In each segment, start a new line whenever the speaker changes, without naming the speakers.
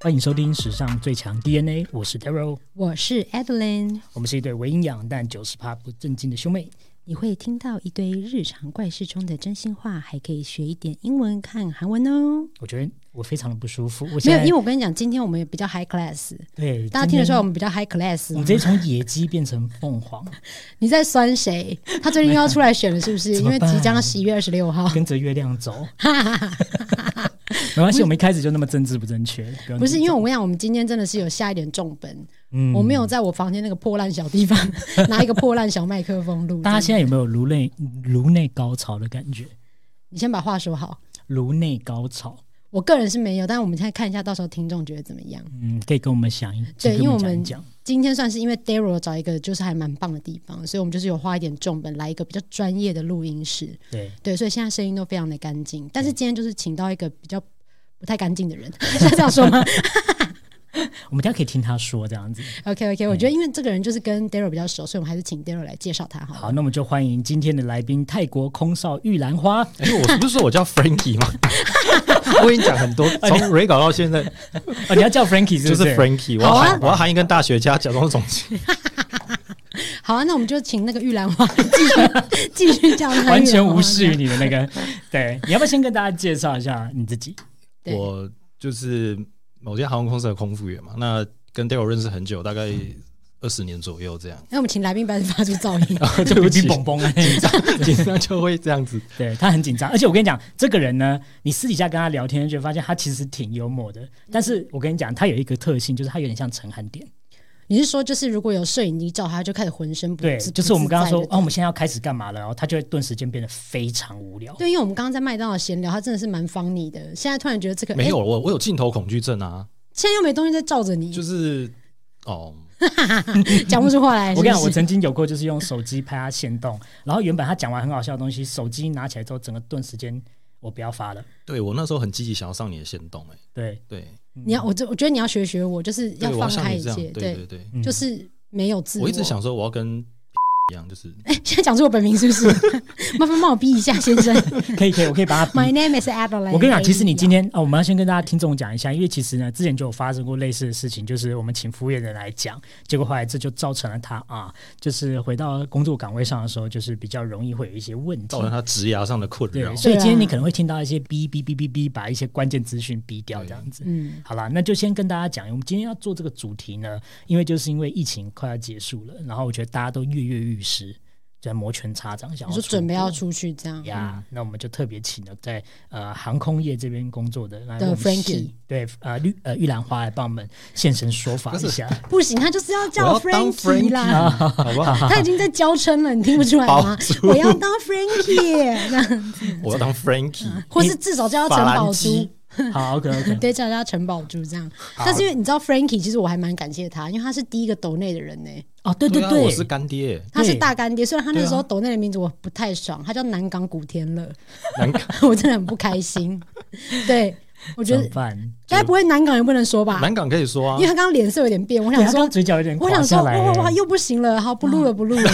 欢迎收听《史上最强 DNA》，我是 Daryl，
我是 Adeline。
我们是一对伪营养但九十趴不正经的兄妹。
你会听到一堆日常怪事中的真心话，还可以学一点英文、看韩文哦。
我觉得我非常的不舒服，我
没
现
有，
在
因为我跟你讲，今天我们也比较 high class，
对
大家听得出来我
来，
们比较 high class
我
吗
们。直接从野鸡变成凤凰，
你在酸谁？他最近又要出来选了，是不是？
怎
因
么
为
办
即将十一月二十六号。
跟着月亮 走。没关系，我们一开始就那么政治不正确，用
不是，因为
紧
我跟你讲，我们今天真的是有下一点重本。
张嗯
我没有在我房间那个破烂小地方 拿一个破烂小麦克风录。
大家
真的
现在有没有颅内颅内高潮的感觉？
你先把话说好。
颅内高潮，
我个人是没有，但我们现在看一下，到时候听众觉得怎么样？
嗯，可以跟我们想一，
对
跟
因为
讲
我
一
们
讲，
今天算是因为 Daryl 找一个就是还蛮棒的地方，所以我们就是有花一点重本来一个比较专业的录音室，
对，
对，所以现在声音都非常的干净。但是今天就是请到一个比较不太干净的人， 是这样说吗
我们大家可以听他说这样子。
？OK
嗯
OK，我觉得因为这个人就是跟 Daryl 比较熟，所以我们还是请 Daryl 来介绍他好了。
好，那我们就欢迎今天的来宾——泰国空少玉兰花。
哎、我不是说我叫 Frankie 吗？我跟你讲很 多，从 Ray 搞到现在
哦，你要叫 Frankie 是
就
不
是
是？
Frankie，我要
好啊
喊、我要喊一根大学家，假装总结，
好啊，那我们就请那个玉兰花继续继 续叫 他，
完全无视于。你的那
哎
个。对，你要不要先跟大家介绍一下你自己？
对。
我就是某间航空公司的空服员嘛。那跟 Daryl 认识很久，大概二十年左右这样
那我们请来宾不要发出噪 音。
就
对
鼻
不起
涕蹦蹦啊！
紧张就会这样子，
对他很紧张，而且我跟你讲，这个人呢，你私底下跟他聊天，就会发现他其实挺幽默的。但是我跟你讲，他有一个特性，就是他有点像陈汉典。
你是说，就是如果有摄影机照他，就开始浑身不
对，
自
就是我们刚刚说，
不自在
哦，
的
我们现在要开始干嘛了，然后他就会顿时间变得非常无聊。
对，因为我们刚刚在麦当劳闲聊，他真的是蛮方你的。现在突然觉得这个
没有
诶
我我有镜头恐惧症啊，
现在又没东西在照着你，
就是哦，
讲不出话 来。
我跟你讲，我
真
曾经有过，就是用手机拍他现动，然后原本他讲完很好笑的东西，手机拿起来之后，整个顿时间我不要发了。
对我那时候很积极想要上你的线动、哎，
对，嗯
对，
你要我这，我觉得你要学学我，就是
对我
放
像
开
你
一
这样，
切，
对对对，
嗯
就是没有自我。
我一直，想说我要跟 一样，就是
哎， 现在讲出我本名是不 是？麻烦帮我逼一下，先 生。
可以可以，我可以把它
My name is Adeline。
我跟你讲，其实你今天啊、我们要先跟大家听众讲一下，因为其实呢，之前就有发生过类似的事情，就是我们请服务员的来讲，结果后来这就造成了他啊，就是回到工作岗位上的时候，就是比较容易会有一些问题
造。成他职涯上的困扰
对，。所以今天
对啊
你可能会听到一些哔哔哔哔哔，把一些关键资讯逼掉这样子。
嗯，
好啦，那就先跟大家讲，我们今天要做这个主题呢，因为就是因为疫情快要结束了，然后我觉得大家都跃跃欲试，在摩拳擦掌，想
我
要
说
出
准备要
国
出去这样。
嗯
呀，那我们就特别请了在呃航空业这边工作的来
的
我们
Frankie
现对呃绿呃玉兰花来帮我们现身说法一 下。
不行，他就是要
我
叫
要当啊
Frankie 啦。
好不好？
他已经在娇嗔了，你听不出来 吗？我要当 Frankie，这样
我要当 Frankie，
或是至少叫他
法
陈
兰
宝珠
基。。
好，OK OK，
对，叫他陈宝珠这样。但是因为你知道 Frankie，其实我还蛮感谢他，因为他是第一个抖内的人呢、
哦，对
对啊，
对，
我是干爹，
他是
对
大干爹，虽然他那时
对
候
啊
抖内的名字我不太爽，他叫南港古天乐，
南港
我真的很不开 心。对，我觉
怎么
得
办？
该不会南港也不能说吧？
南港可以说 啊
因为，他刚刚脸色有点变，我
对
想
他刚
说
刚，嘴角有点
我
垮
想说，
下来
哇哇哇，
欸，
又不行了，好，不录了，不录了。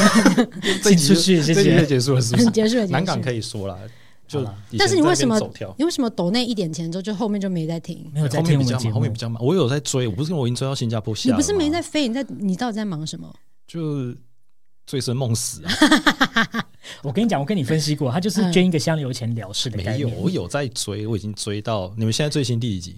这一集
请出
就
去谢谢
这一集就结束了啊 是不是？
结束了结束了
南港可以说啦，就
好啦
以前
但是你为什么
在那边走跳？
你为什么抖内一点钱之后，就后面就没在听？
没有在
后
听
面
我
比
们
较
节
忙，
目
后面比较忙。我有在追，我不是啊我已经追到新加坡下
你
了吗
不是没在飞，你在你到底在忙什么？
就醉生梦死啊？
我跟你讲，我跟你分析过，他
嗯
就是捐一个香油钱了事的概
没有，
念。
我有在追，我已经追到你们现在最新第几集？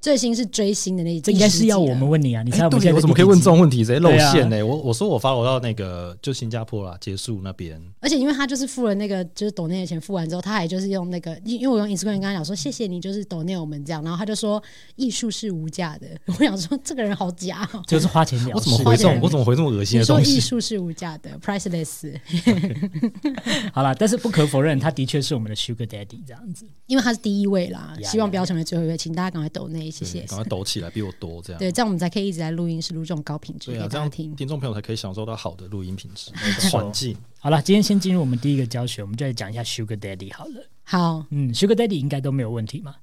最新是追星的那一，
这应该是要我们问你啊，你猜
哎
我们
对
现在
我
在
怎么可以
第几
问
集
这种问题？直接露
对啊
馅呢？我我说我发我到那个就新加坡啦，结束那边。
而且因为他就是付了那个就是抖内的钱，付完之后，他还就是用那个，因因为我用 Instagram 跟他讲说谢谢你，就是抖内我们这样，然后他就说艺术是无价的。 我想说这个人好假、哦，
就是花钱了事？
我怎么回这种
花钱
我怎么回这么恶心
你
的
说
东
艺
西？
术是无价的，priceless，
好啦，但是不可否认，他的确是我们的 Sugar Daddy 这样子。
因为他是第一位啦，
呀
希望不要成为最后一位，请大家赶快抖内，谢
对
谢。
赶快抖起来，比我多这样。
对，这样我们才可以一直在录音室录这种高品质
对
给
啊，这
大
样
家听
听。众朋友才可以享受到好的录音品 质、
错
环境。
好了，今天先进入我们第一个教学，我们就来讲一下 Sugar Daddy 好了。
好，
嗯，Sugar Daddy 应该都没有问题嘛？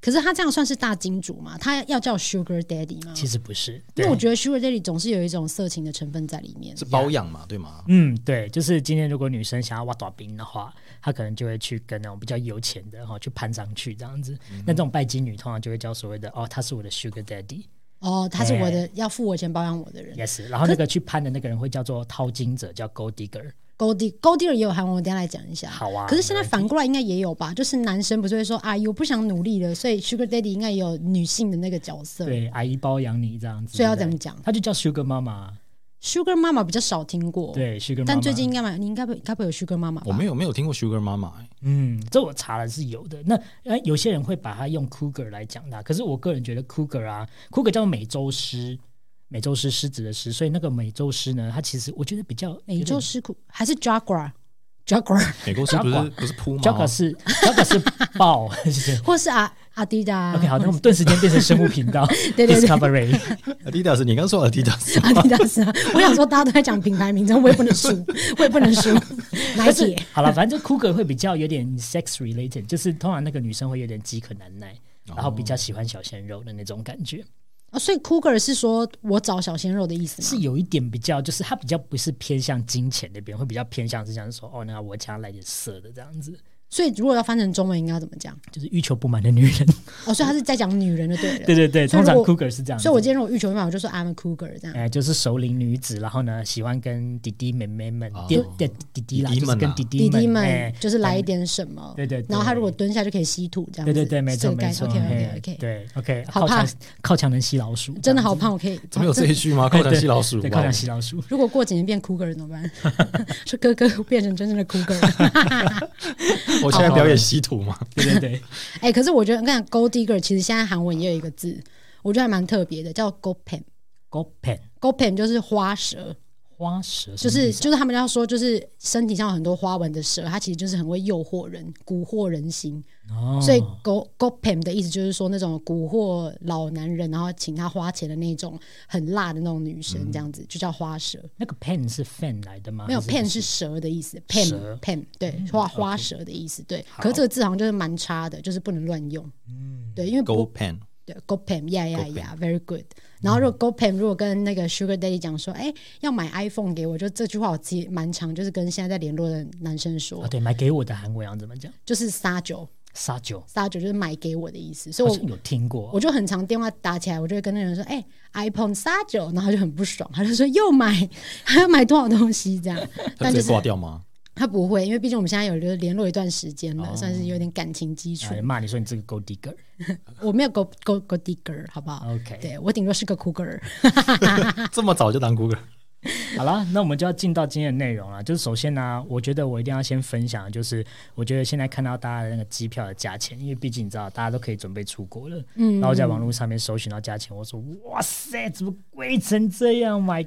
可是他这样算是大金主嘛？他要叫 Sugar Daddy 吗？
其实不是，
因
对
为嗯我觉得 Sugar Daddy 总是有一种色情的成分在里面
是。包养嘛，对
啊
吗？
嗯，对，就是今天如果女生想要挖短兵的话，她可能就会去跟那种比较有钱的哈、去攀上去这样子。
嗯
那这种拜金女通常就会叫所谓的哦，她是我的 sugar daddy，yes。
哦，他
哎
是我的要付我钱包养我的人。
然后那个去攀的那个人会叫做掏金者，叫 gold digger。
Goldie Goldie 也有韩文，我等一下来讲一下。
好啊
可是现在
没问题
反过来应该也有吧？就是男生不是会说啊，我不想努力了，所以 Sugar Daddy 应该也有女性的那个角色。
对，阿姨包养你这样子。
所以要
对
怎
不
么
对
讲
她就叫 sugar 妈妈。
？Sugar 妈妈比较少听过，，
对，sugar 妈妈。
但最近应该蛮，你应该不该不会有 Sugar 妈妈吧？
我没有没有听过 Sugar 妈妈、欸
嗯，这我查了是有的。那呃，有些人会把它用 cougar 来讲它，可是我个人觉得 cougar 啊，cougar 叫做美洲狮，美洲狮狮子的狮，所以那个美洲狮呢，它其实我觉得比较
美洲狮虎还是 Jaguar，Jaguar
美国是不
Jaguar
是不是扑吗？
Jaga 是 Jaga 是豹， 是不 是
或是啊阿阿迪达。
OK，好，那我们顿时间变成生物频道
对对
Discovery。
Adidas，你刚说 Adidas，
阿迪达斯 啊，我想说大家都在讲品牌名称，我也不 能输，我也不能输。
但
Nike
是好了，反正就 Cougar 会比较有点 sex related，就是通常那个女生会有点饥渴难耐，然后比较喜欢小鲜肉的那种感觉，
哦，所以 Cougar 是说我找小鲜肉的意思吗？
是有一点比较，就是她比较不是偏向金钱那边，会比较偏向是想说，哦，那我想要来点色的这样子，
所以如果要翻成中文，应该要怎么讲？
就是欲求不满的女人。
哦，所以他是在讲女人就对了。
对对对，
所以
通
如
常
果
Cougar 是这样子。
所以我今天如果欲求不满，我就说 I'm a cougar 这样。
呃，就是熟龄女子，然后呢，喜欢跟弟弟妹妹们
哦，
弟弟弟弟啦，
弟
就
弟
是
们
跟
啊
弟弟
弟弟
哎
们就是来一点什么，
对对对
然后他如果蹲下就可以吸土这样子，
对对对，没
是这
错
个概
没错
OK OK
嘿
OK，，
对 OK，
好
靠
怕
墙靠墙能吸老鼠，
真的好
这样
胖，我可以。
怎么有这一句吗？靠墙吸老鼠，
子，对，
哇哦
靠墙吸老鼠。
如果过几年变 cougar 怎么办？ 是哥哥变成真正的 cougar？
我现在表演吸土吗？
对对对，
哎、可是我觉得，我跟你讲 gold digger 其实现在韩文也有一个字，我觉得还蛮特别的，叫 gold pen。
狗盆
gold pen 就是花蛇，
花蛇什
就
么
是
意思
就是他们要说，就是身体上有很多花纹的蛇，它其实就是很会诱惑人、蛊惑人心。
哦
所以 go go pam 的意思就是说那种蛊惑老男人，然后请他花钱的那种很辣的那种女生，这样子、就叫花蛇。
那个 pen 是 fan 来的吗？
没有
还
pan 嗯啊是蛇的意思
蛇
，pam pam 对花花蛇的意思对。可是这个字好像就是蛮差的，就是不能乱用。嗯，对，因为
Go
不
Pen，
对 go pam yeah yeah
Go
yeah very good。然后如果 go pam 如果跟那个 sugar daddy 讲说，哎、要买 iPhone 给我，就这句话我记蛮长，就是跟现在在联络的男生说，
啊，对，买给我的韩国要怎么讲？
就是撒酒
撒酒，
撒酒就是买给我的意思，所以
好
我
像有听过
我就很常电话打起来，我就会跟那个人说：“哎、i p h o n e 撒九，然后他就很不爽，他就说：“又买，还要买多少东西？”这样，
他
但
直
就
接
是
挂掉吗？
他不会，因为毕竟我们现在有就是联络一段时间了，算是有点感情基础
啊。骂你说你这个 g o digger。
我没有 go go go digger，好不好
OK
对我顶多是个 cougar。啊
这么早就当 Google，
好了，那我们就要进到今天的内容了。就是首先呢、我觉得我一定要先分享，就是我觉得现在看到大家的那个机票的价钱，因为毕竟你知道大家都可以准备出国了，嗯，然后在网络上面搜寻到价钱，我说哇塞，怎么贵成这样？My？Oh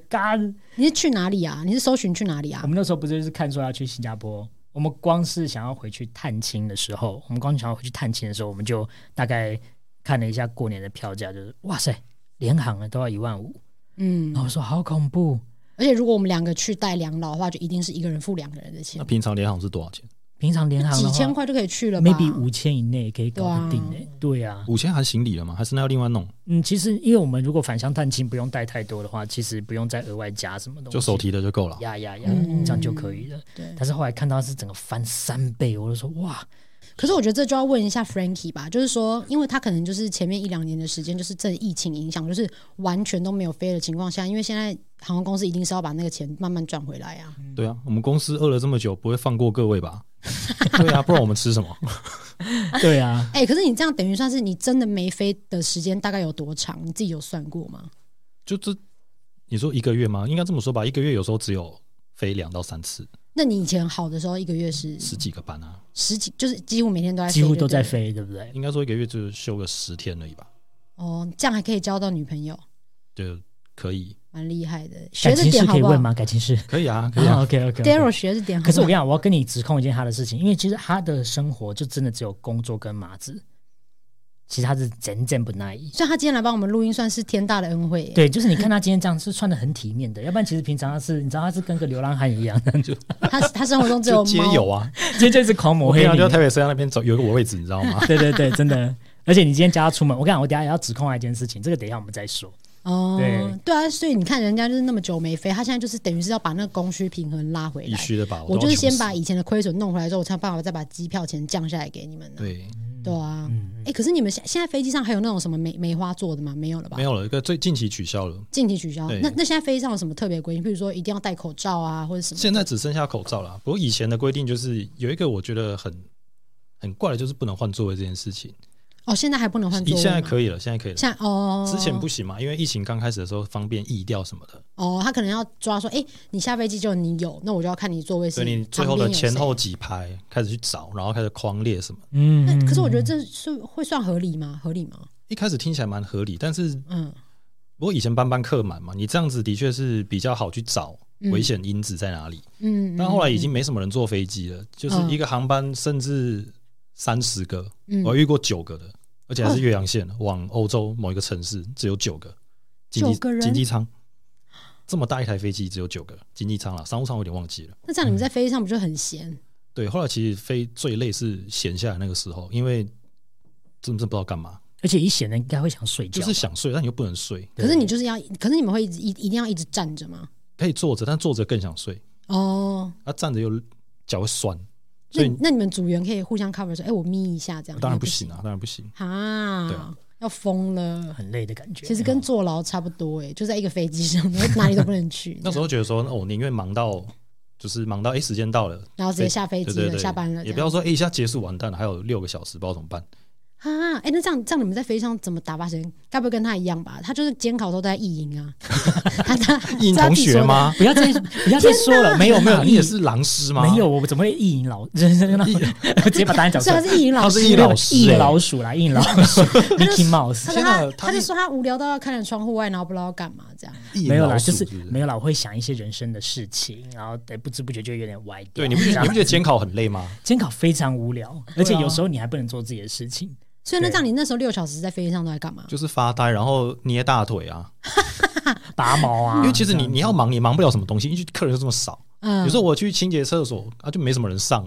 God！
你是去哪里啊？你是搜寻去哪里
我
啊？
们那时候不就是看说要去新加坡，我们光是想要回去探亲的时候，我们光想要回去探亲的时候，我们就大概看了一下过年的票价，就是哇塞，联航啊的都要一万五，
嗯，
然后我哦说好恐怖。
而且如果我们两个去带两老的话，就一定是一个人付两个人的钱
那，平常联行是多少钱？
平常联航的
几
话
千块就可以去了吧
maybe 五千以内可以搞得定诶、对啊，
五千含行李了吗？还是那要另外弄？
嗯，其实因为我们如果返乡探亲不用带太多的话，其实不用再额外加什么东西，
就手提的就够了。
呀呀呀，
嗯
这样就可以了。
对
但是后来看到是整个翻三倍，我就说哇，
可是我觉得这就要问一下 Frankie 吧，就是说，因为他可能就是前面一两年的时间，就是这疫情影响，就是完全都没有飞的情况下，因为现在航空公司一定是要把那个钱慢慢赚回来啊。
嗯
对啊，我们公司饿了这么久，不会放过各位吧？ 对啊，不然我们吃什么？
对啊，
哎、可是你这样等于算是你真的没飞的时间大概有多长？你自己有算过吗？
就这，你说一个月吗？应该这么说吧，一个月有时候只有飞两到三次，
那你以前好的时候，一个月是
十几个班啊，
十几，就是几乎每天都在飞，
几乎都在
对不对。
飞，对不对？
应该说一个月就休个十天而已吧，
哦，这样还可以交到女朋友，
就可以，
蛮厉害的。学
感
着
情
点
是
好
可以
不好
问吗？感情是
可以啊，可以啊。
o k OK。
？Daryl 学着点好
可
不好。
是我跟你讲，我要跟你指控一件他的事情，因为其实他的生活就真的只有工作跟麻子，其实他是整整不耐衣。
所以他今天来帮我们录音，算是天大的恩惠耶。
对，就是你看他今天这样是穿的很体面的，要不然其实平常他是，你知道他是跟个流浪汉一样的，
他他生活中只
就
有
街
猫，
友啊，
今天就是狂抹
我
黑
平常
你？
就在台北车站那边走，有一个我位置，你知道吗
对对对，真的。而且你今天叫他出门，我跟你讲，我等一下也要指控他一件事情，这个等一下我们再说。
哦
对，
对啊，所以你看人家就是那么久没飞，他现在就是等于是要把那个供需平衡拉回
必
来。
须的吧？
我
都
就
要
是
穷
先
死
把以前的亏损弄回来之后，我才有办法再把机票钱降下来给你们呢。
对，
对啊，
嗯，
哎，可是你们现现在飞机上还有那种什么梅梅花座的吗？没有了吧
没？有了，一个最近期取消了，
近期取消。
对
那那现在飞机上有什么特别规定？譬如说一定要戴口罩啊，或者什么？
现在只剩下口罩了。不过以前的规定就是有一个我觉得很很怪的，就是不能换座位这件事情。
哦，现在还不能换座位吗
现在可以了，现在可以了。
现在哦，
之前不行嘛，因为疫情刚开始的时候方便疫调什么的，
哦，他可能要抓说，哎、你下飞机就你有，那我就要看你座位是
所以你最后
旁
的
边有
前后
谁。
几排开始去找，然后开始框列什么。
嗯
那可是我觉得这是会算合理吗？合理吗？
一开始听起来蛮合理，但是
嗯，
不过以前班班客满嘛，你这样子的确是比较好去找
嗯
危险因子在哪里。
嗯，
但后来已经没什么人坐飞机了，就是一个航班甚至三十个，
嗯哦
我遇过九个的，而且还是岳阳线往欧洲某一个城市，只有九个经济
九个人
经济舱，这么大一台飞机只有九个经济舱了，商务舱我有点忘记了。
那这样你们在飞机上不就很
嗯
闲？
对，后来其实飞最累是闲下来那个时候，因为真的不知道干嘛，
而且一闲人应该会想睡觉
就
吧，
是想睡，但你又不能睡，
对
可是你就是要，可是你们会一直一一定要一直站着吗？
可以坐着，但坐着更想睡，
哦，
啊，站着又脚会酸，
那
所以
你那你们组员可以互相 cover 说，哎、我眯一下这样。
当然
不
不行啊，当然不行。
啊，
对啊
要疯了。
很累的感觉。
其实跟坐牢差不多哎、就在一个飞机上， 哪里都不能去。
那时候觉得说，那我宁愿忙到就是忙到哎、诶时间到了，
然后直接下飞
对
机
对
了，
对，
哎下班了这样，
也不要说哎、诶一下结束完蛋了，还有六个小时，不知道怎么办。
啊，哎、那这样这样你们在飞机上怎么打发时间？该不会跟他一样吧？他就是监考的时候都在意淫 啊，他他
应同学？吗？
不要再不要再说了，没有 没有，
你也是狼师吗？
没有，我怎么会意淫老？ 真的，我直接把答案讲
这
出
样他
来。
是意淫老
他
师，啊
是意老师
意
欸
老鼠啦，意老鼠 ，Mickey Mouse。
他说他
天哪他
他就是说他无聊到要看着窗户外，然后不知道要干嘛这样。
一
没有啦，
老鼠
就是
不
没有啦，我会想一些人生的事情，然后对不知不觉就有点歪掉。
对，你不 觉得你不觉得监考很累吗？
监考非常无聊，
啊
而且有时候你还不能做自己的事情。
所以那
对
这样你那时候六小时在飞机上都在干嘛？
就是发呆，然后捏大腿啊，
拔毛啊，
因为其实
这
你
样
你要忙，你忙不了什么东西，因为客人就这么少。
嗯，
有时候我去清洁厕所啊，就没什么人上，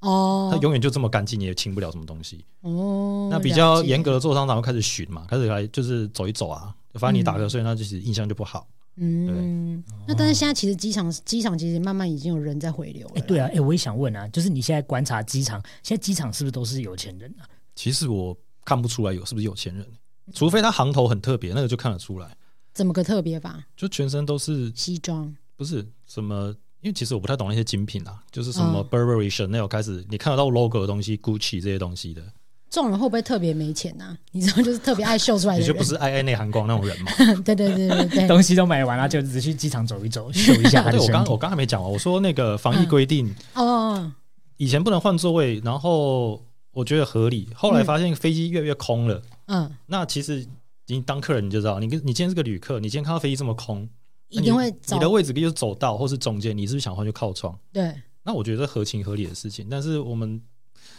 它
哦
永远就这么干净，你也清不了什么东西。
哦，
那比较严
格，
格的做商场会开始巡嘛，开始来就是走一走啊，发现你打瞌睡，那就是印象就不好。
嗯，那
哦
但是现在其实机场机场其实慢慢已经有人在回流了
哎、
啦，
对啊，哎、我也想问啊，就是你现在观察机场，现在机场是不是都是有钱人啊？
其实我看不出来有是不是有钱人，
嗯
除非他行头很特别，那个就看得出来，
怎么个特别法？
就全身都是
西装
不是什么。因为其实我不太懂那些精品啊，就是什么
嗯
Burberry、Chanel 开始，你看得到 logo 的东西，Gucci 这些东西的，
这种人会不会特别没钱呐、你知道，就是特别爱秀出来的
你
人，
就不是爱爱内涵光那种人嘛。
对对对对 对，
东西都买完了，就只去机场走一走，秀一下他
哎对啊
的
我
身
刚
体
我。刚还没讲完，我说那个防疫规定，
哦，
以前不能换座位，然后我觉得合理，后来发现飞机越来越空了，
嗯，
那其实你当客人你就知道，你跟你今天是个旅客，你今天看到飞机这么空，
一定
那
会
你
找
你的位置就是走道或是中间，你是不是想换就靠窗？
对，
那我觉得这合情合理的事情，但是我们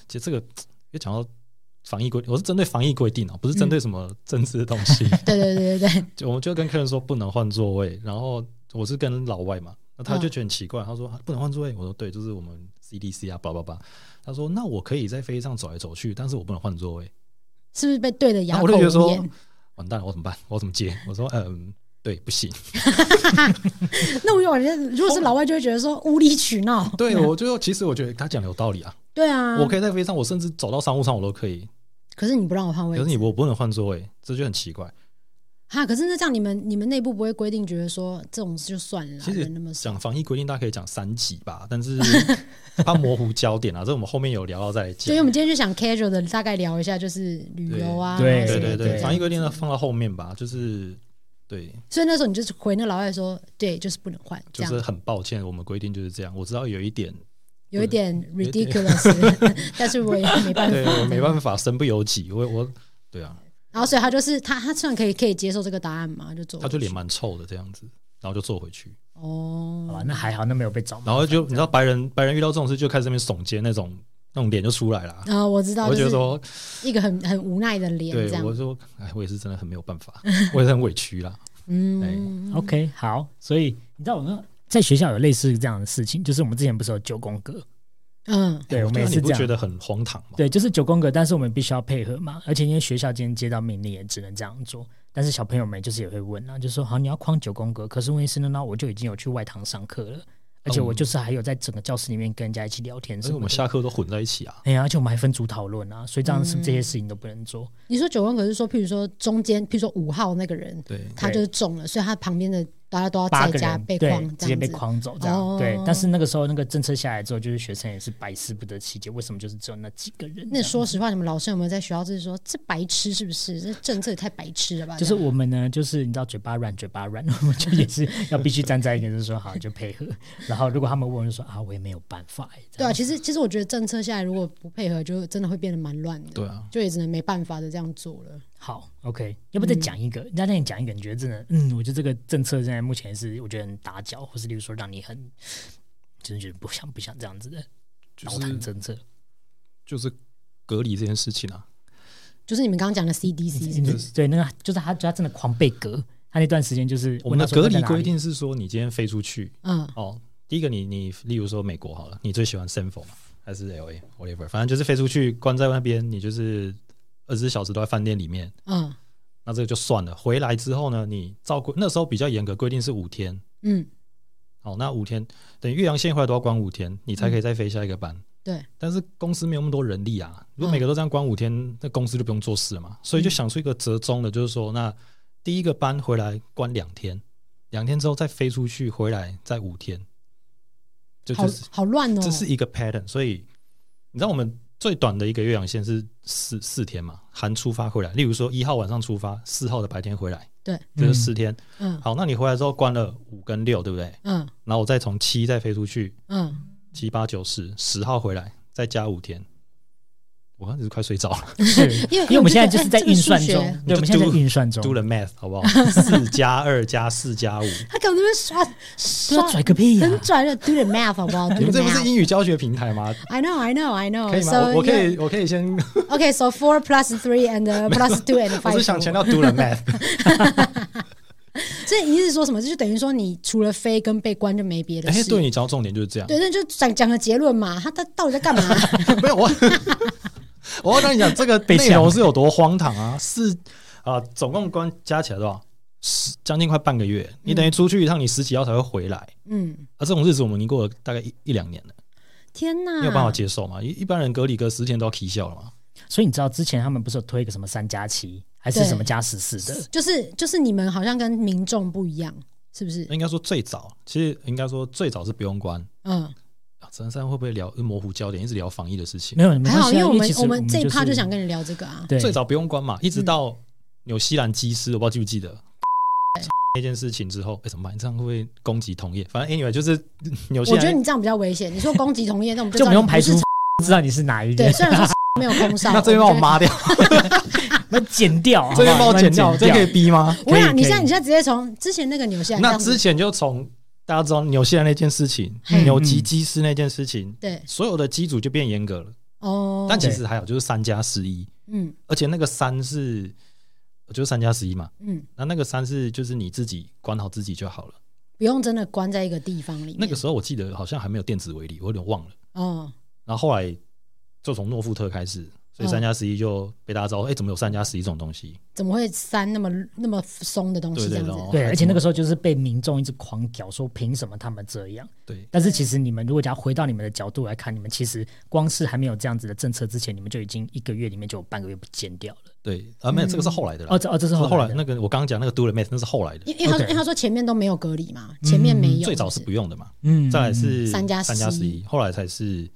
其实这个也讲到。防疫规，我是针对防疫规定啊，不是针对什么政治的东西。
对对对对对，
就我们就跟客人说不能换座位，然后我是跟老外嘛，
嗯
那他就觉得很奇怪，他说啊不能换座位，我说对，就是我们 CDC 啊，叭叭叭。他说那我可以在飞机上走来走去，但是我不能换座位。
是不是被对的
然
哑
后
口
我就觉得
无
说
言？
完蛋了，我怎么办？我怎么接？我说嗯，对，不 行。
那我有人如果是老外，就会觉得说无理取闹。
对我就其实我觉得他讲的有道理啊，
对啊，
我可以在飞机上，我甚至走到商务舱我都可以，
可是你不让我换位
可
置，
是你我不能换座位，这就很奇怪。
哈，可是那这样你们你们内部不会规定，觉得说这种事就算了啦，
其实
人那么少，
讲防疫规定，大家可以讲三级吧，但是怕模糊焦点啊，这我们后面有聊到再
所
讲
以。我们今天就想 casual 的大概聊一下，就是旅游啊，
对
然后
对
什么
对
的
对
对，
这
防疫
样。
规定呢放到后面吧，就是对，
所以那时候你就是回那老外说，对，就是不能换，这
就
样
是很抱歉，我们规定就是这样。我知道有一 点，
有一点
有点
ridiculous，但是我也没办
对
法，
我没办法，身不由己。我我对啊，
然后所以他就是他，他虽然可以可以接受这个答案嘛，就走
他
过去，
就脸蛮臭的这样子，然后就坐回去。
好吧
哦，，
那还好，那没有被找
然
到。
后就你知道白人白人遇到这种事就开始在那边耸肩那种。那种脸就出来了。
啊、我知道，
我
就
觉得
是
说，
一个很很无奈的脸这
对，我
样，
说，哎，我也是真的很没有办法， 我也是很委屈啦。哎
嗯，
OK，好，所以你知道我们在学校有类似这样的事情，就是我们之前不是有九宫格，
嗯，
对我们也是
那啊你
这
不
样，
觉得很荒唐吗？
对，就是九宫格，但是我们必须要配合嘛，而且因为学校今天接到命令，也只能这样做。但是小朋友们就是也会问啊，就说好你要框九宫格，可是问题是呢，那我就已经有去外堂上课了，而且我就是还有在整个教室里面跟人家一起聊天
而
什
嗯哎且我
么
们
的。
下课都混在一起啊。
哎呀，而且我们还分组讨论啊，所以这样
嗯
是这些事情都不能做。
你说九宫格是说，譬如说中间，譬如说五号那个人，
对，
他就是中了，所以他旁边的大家都要
八
在
个
家
人
被
对
框，
直
这
接
样
被
子。
框走这样。
哦
对，但是那个时候那个政策下来之后，就是学生也是百思不得其解，为什么就是只有那几个人？
那说实话，你们老师有没有在学校就是说这白痴是不是？这政策也太白痴了吧？
就是我们呢，就是你知道嘴巴软，嘴巴软， 我们就也是要必须站在一个，就是说好就配合。然后如果他们问，我就说啊，我也没有办法欸。这
对
样
啊，其实其实我觉得政策下来如果不配合，就真的会变得蛮乱的。
对啊，
就也只能没办法的这样做了。
好，OK，要不再讲一个？那那你讲一个，你觉得真的，嗯，我觉得这个政策现在目前是我觉得很打搅，或是例如说让你很真的觉得不想不想这样子的
就
脑瘫
是
政策。
就是隔离这件事情啊，
就是你们刚刚讲的 CDC 是不是？
对，那个就是他，就他真的狂被隔，他那段时间就是
我们的
问他说
隔
在
离
哪里
规定是说，你今天飞出去
嗯，
哦，第一个你你例如说美国好了，你最喜欢 San f o 还是 L A whatever，反正就是飞出去关在那边，你就是二十四小时都在饭店里面，
嗯
那这个就算了。回来之后呢，你照顾那时候比较严格规定是五天，
嗯，
哦，那五天等于岳阳线回来都要关五天，你才可以再飞下一个班。
嗯对，嗯
但是公司没有那么多人力啊，如果每个都这样关五天，那公司就不用做事了嘛。所以就想出一个折中的，就是说，那第一个班回来关两天，两天之后再飞出去回来再五天，就
好
就是
好乱哦。
这是一个 pattern。所以你知道我们最短的一个岳阳线是四四天嘛，含出发回来。例如说一号晚上出发，四号的白天回来，
对，
这就是四天。
嗯
好，那你回来之后关了五跟六，对不对？
嗯
然后我再从七再飞出去，
嗯，
七八九十十号回来，再加五天。我刚才是快睡着了，
是
因为
因为我们现在就
这个
是在运算
哦这个数学
中，对，我们现在在运算中
读，了 math 好 不好？四加二加四加五，
他搞那边刷
这
刷
啊要拽个屁呀！
很拽的，do the math 好不好
你
？do
们
the
这不是
math。
英语教学平台吗？
I know, I know, I know.
可以吗？
So
我我可以我可以 先，
yeah. Okay, so four plus three and uh, plus two and
我
five.
是想强调读了 math，
所以你是说什么？这就等于说你除了飞跟被关就没别的
哎，
事。
对你讲到重点就是这样。
对，那就讲讲个结论嘛，他他到底在干嘛？
没有我，我要跟你讲这个
被
内
抢
容是有多荒唐啊！是啊、总共关加起来多少？十将近快半个月，你等于出去一趟，你十几号才会回来。
嗯，
啊，这种日子我们已经过了大概一一两年了，
天哪！
你有办法接受吗？一一般人隔离隔十天都要起笑了嘛。
所以你知道之前他们不是有推一个什么三加七，还是
对
什么加十四的？
就是就是你们好像跟民众不一样，是不
哎
是？
应该说最早，其实应该说最早是不用关。
嗯，
啊，陈珊会不会聊模糊焦点，一直聊防疫的事情？
没有，没
还
关
好，
系
因
啊，
为我们
其实
我
我
们这一趴
就
就是想跟你聊这个啊。
对
最早不用关嘛，一直到纽西兰机师，我不知道记不记得。那件事情之后，哎、怎么办？这样会不会攻击同业？反正 anyway，就是 纽西
我觉得
兰
你这样比较危险。你说攻击同业，那我们
就
知道
不用
你
排除
是。
知道你是哪一
对，
任，
虽 然说没有空少，
那这边帮我抹掉，
那剪 掉，
这边帮
好不
我
好
剪掉，这可以
剪
逼吗？
我跟
可
你
以
啊讲，你
可
现在
以
你现在直接从之前那个纽西兰这
那
样子
之前就从大家知道纽西兰那件事情，
嘿
纽籍机师那件事情，
对
所有的机组就变严格了。
哦，
但其实还有就是三加十一，
嗯
而且那个三是就是三加十一嘛，
嗯，
那那个三是就是你自己管好自己就好了。
不用真的关在一个地方里面。
那个时候我记得好像还没有电子围篱，我有点忘了。
哦，
然后后来就从诺富特开始，所
嗯
以三加十一就被大家知道，哎、怎么有三加十一这种东西？
怎么会删那么那么松的东西
对
这
对
样
哦
子？
然后
对，
还
而且那个
什
时候就是被民众一直狂屌，说凭什么他们这样？
么对
但是其实你们如果讲回到你们的角度来看，你们其实光是还没有这样子的政策之前，你们就已经一个月里面就有半个月不剪掉了。
对啊，没有这个是后来的啦。
哦，这哦，这是
这是
后
后
来
来
的
那个我刚刚讲那个 Do the math，那是后来的，
因因为他说
OK
因为他说前面都没有隔离嘛，前面没有，
嗯最早是
是
不用的嘛，
嗯
再来是
三加
三加十一，后来才是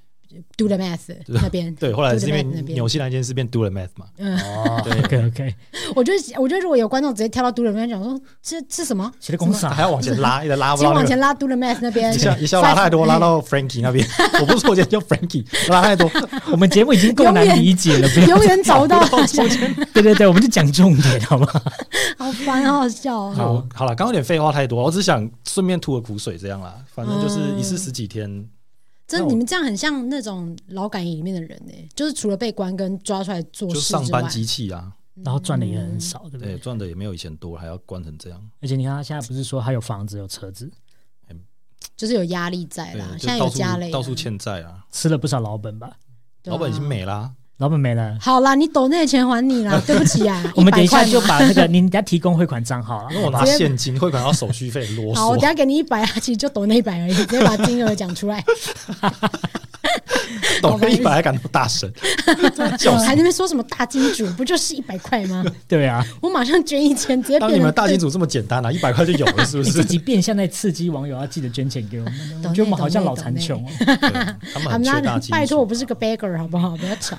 do the math 那边
对，后来
do
是
the
因
math 那
为纽
边。
西兰一件事变 Do the math 嘛，
哦，OK OK，
我觉得我觉得如果有观众直接跳到 do the math 讲说这这什么，
写的公啊
还
傻，
要往前 拉，一直拉不
请
到
往
那
前
个。
拉 do the math 那边
一，下一下拉太多，拉到 Frankie 那边。 我不是说我今天叫 Frankie，拉太多，
我们节目已经够
永
难
远
理解了，不要
永 远找不到，
对对对，我们就讲重点好不好？
好烦，好好笑哦。
好，好嗯了，刚刚有点废话太多，我只想顺便吐个苦水这样啦。反正就是一次十几天，
那
真的
我
你们这样很像那种劳改营里面的人呢、就是除了被关跟抓出来做
就
事
上
之外
班，机器啊，
然后赚的也很少，对不
对，
对？
赚的也没有以前多，还要关成这样，
而且你看他现在不是说他有房子有车子，
就是有压力在
对
啦，，现
就
在有
到
家
处
累，
到处，欠债啊，
吃了不少老本吧？
对啊
老板已经。没啦，
老本没了，
好啦，你抖那钱还你 啦，对不起啊，
我们等一下
100块
就
嘛
把那个您家提供汇款账号了。啊
那我拿
直接
现金汇款要手续费，啰
好，我等一
嗦。
下给你一百啊，其实就抖那一百而已，直接把金额讲出来，
懂了一百还敢那么大 声，笑
还在
死！
那边说什么大金主，不就是一百块 吗？
对啊，
我马上捐一千，直接变
当
成
你们大金主这么简单啊，一百块就有了，是不
你
是
自？己变相在刺激网友要记得捐钱给我们，我
懂
觉得我
内
们好
懂
像
内
老
懂
残
内
穷哦。
对 他们很缺
那
大 金主。
拜托，我不是个 beggar 好不好？不要吵。